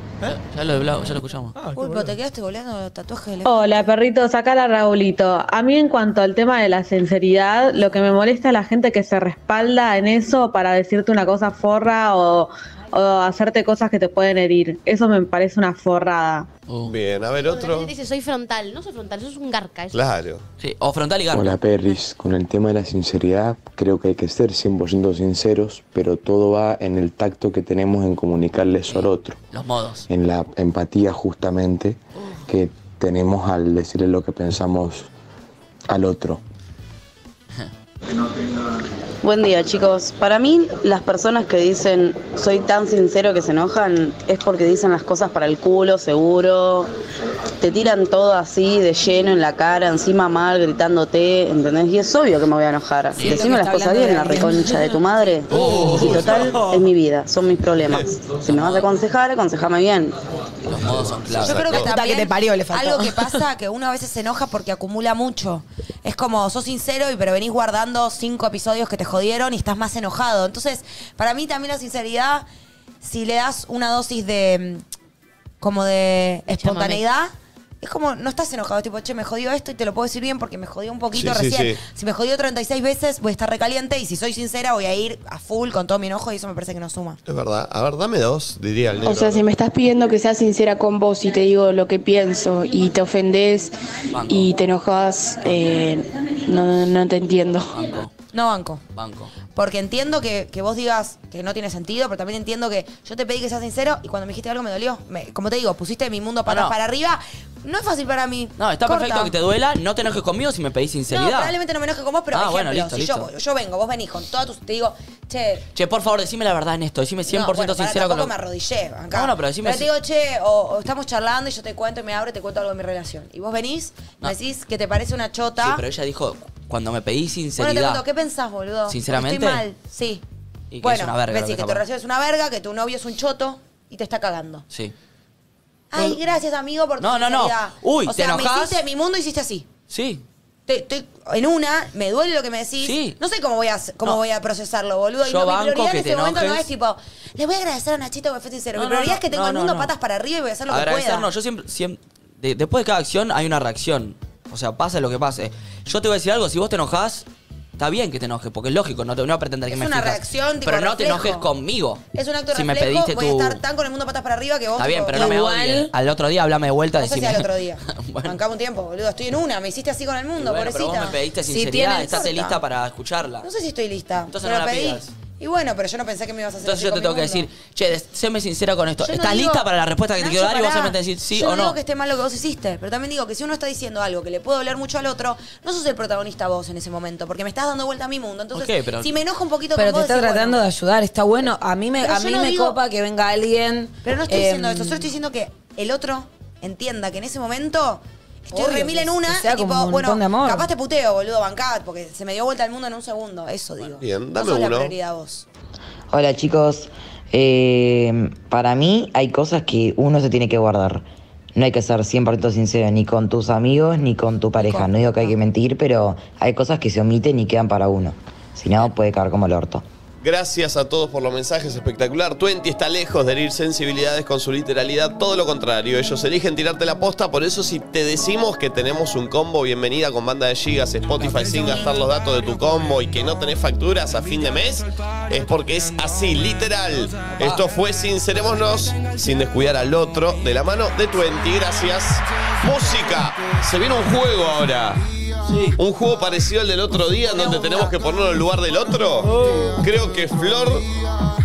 Ya lo, hablamos, ya lo escuchamos. Ah, qué Pulpo, boludo. te quedaste volando los tatuajes de la- Hola perritos, acá la Raulito. A mí en cuanto al tema de la sinceridad, lo que me molesta es la gente que se respalda en eso para decirte una cosa forra o, o hacerte cosas que te pueden herir. Eso me parece una forrada. Uh. Bien, a ver Cuando la otro. gente dice, soy frontal. No soy frontal, sos un garca. eso. Claro. Sí, o frontal y garca. Hola Perris, con el tema de la sinceridad creo que hay que ser 100% sinceros, pero todo va en el tacto que tenemos en comunicarle eso al otro, Los modos. en la empatía justamente que tenemos al decirle lo que pensamos al otro. Buen día chicos. Para mí las personas que dicen soy tan sincero que se enojan es porque dicen las cosas para el culo, seguro. Te tiran todo así de lleno en la cara, encima mal, gritándote, ¿entendés? Y es obvio que me voy a enojar. Siento Decime que las está cosas hablando bien, de la alguien. reconcha de tu madre. y total, Oh. es mi vida, son mis problemas. Si me vas a aconsejar, aconsejame bien. Los modos son claves. Yo creo que Puta también que te parió, le faltó. algo que pasa que uno a veces se enoja porque acumula mucho. Es como, sos sincero y pero venís guardando cinco episodios que te jodieron y estás más enojado. Entonces, para mí también la sinceridad, si le das una dosis de mm, como de espontaneidad, es como, no estás enojado, es tipo, che, me jodió esto y te lo puedo decir bien porque me jodió un poquito Sí, sí, recién. sí. Si me jodió 36 veces, voy a estar recaliente y si soy sincera voy a ir a full con todo mi enojo y eso me parece que no suma. Es verdad. A ver, dame dos, diría el negro. O sea, si me estás pidiendo que sea sincera con vos y te digo lo que pienso y te ofendés y te enojas, eh, no, no te entiendo. Ah. Banco. No banco. Banco. Porque entiendo que, que vos digas que no tiene sentido, pero también entiendo que yo te pedí que seas sincero y cuando me dijiste algo me dolió. Me- como te digo, pusiste mi mundo patas no. para arriba. No es fácil para mí. No, está Corta. perfecto que te duela, no te enojes conmigo si me pedís No, sinceridad. probablemente no me enoje con vos, pero Ah, ejemplo, bueno, listo, si listo. Yo, yo vengo, vos venís con todas tus. Te digo, che. che, por favor, decime la verdad en esto, decime 100% no, bueno, pará, sincero con tampoco lo me arrodillé acá. No, no, pero decime te digo, che, o, o estamos charlando y yo te cuento y me abro y te cuento algo de mi relación. Y vos venís, No. me decís que te parece una chota. Sí, pero ella dijo cuando me pedís Bueno, te sinceridad. pregunto, ¿qué pensás, boludo? Sinceramente. Estoy mal, sí. Y que bueno, es una verga lo me que decís que está tu pasando. relación es una verga, que tu novio es un choto y te está cagando. Sí. Ay, gracias, amigo, por tu No, no, no. sinceridad. Uy, o ¿te sea, enojás? me hiciste de mi mundo y hiciste así. Sí. Te- estoy en una, me duele lo que me decís. No sé cómo voy a cómo No. voy a procesarlo, boludo. Y Yo no, mi banco prioridad que en te ese momento no enojes. es tipo, le voy a agradecer a Nachito que fue sincero. No, mi no, prioridad no, es que tengo no, el no, mundo no. patas para arriba y voy a hacer lo que Agradecer, pueda. no, yo siempre, siempre- de- después de cada acción hay una reacción. O sea, pase lo que pase. Yo te voy a decir algo, si vos te enojás, está bien que te enojes, porque es lógico, no te no voy a pretender que Es me una fijas. reacción, tipo Pero no te reflejo. enojes conmigo. es un acto de Si me reflejo, pediste voy tu- a estar tan con el mundo patas para arriba que vos Está bien, tipo, pero no me odies. Al otro día hablame de vuelta, No sé si decime. al otro día. Bancame un tiempo, boludo. Estoy en una, me hiciste así con el mundo, Bueno, pero vos pobrecita. me pediste Si sinceridad, tienen- estás Corta. lista para escucharla. No sé si estoy lista. Entonces pero no la pedí. pidas. Y bueno, pero yo no pensé que me ibas a hacer Entonces así yo te con tengo mi que mundo. decir, che, des- séme sincera con esto. Yo no ¿Estás digo- lista para la respuesta que te quiero Nacho, dar? Y vos pará. solamente decís sí Yo o no no. digo que esté mal lo que vos hiciste, pero también digo que si uno está diciendo algo que le puede doler mucho al otro, no sos el protagonista vos en ese momento, porque me estás dando vuelta a mi mundo. Entonces, Ok, pero- si me enojo un poquito Pero con te vos, está decís, tratando de ayudar, está bueno. A mí me, Pero a yo mí no me digo- copa que venga alguien. bueno, pero no estoy em, diciendo eso, solo estoy diciendo que el otro entienda que en ese momento estoy Obvio, remil en que- una que sea y tipo, como un bueno, montón de amor. capaz te puteo, boludo, bancat, porque se me dio vuelta el mundo en un segundo. Eso digo. Bien, no dame sos la uno. prioridad vos. Hola chicos, Eh, para mí hay cosas que uno se tiene que guardar. No hay que ser 100% sincero ni con tus amigos ni con tu pareja. No digo que hay que mentir, pero hay cosas que se omiten y quedan para uno. Si no, puede caer como el orto. Gracias a todos por los mensajes, espectacular. Twenty está lejos de herir sensibilidades con su literalidad, todo lo contrario. Ellos eligen tirarte la posta, por eso si te decimos que tenemos un combo, bienvenida con banda de gigas, Spotify sin gastar los datos de tu combo y que no tenés facturas a fin de mes, es porque es así, literal. Esto fue Sincerémonos, sin descuidar al otro, de la mano de Twenty. Gracias. Música. Se viene un juego ahora. Un juego parecido al del otro día, en donde tenemos que ponernos en el lugar del otro. Creo que Flor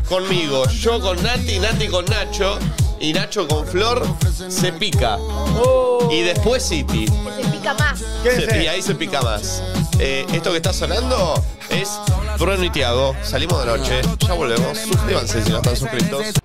conmigo, yo con Nati, Nati con Nacho y Nacho con Flor se pica. Y después City. Se pica más. Se- y ahí se pica más. Eh, esto que está sonando es Bruno y Tiago. Salimos de noche, ya volvemos. Suscríbanse si no están suscritos.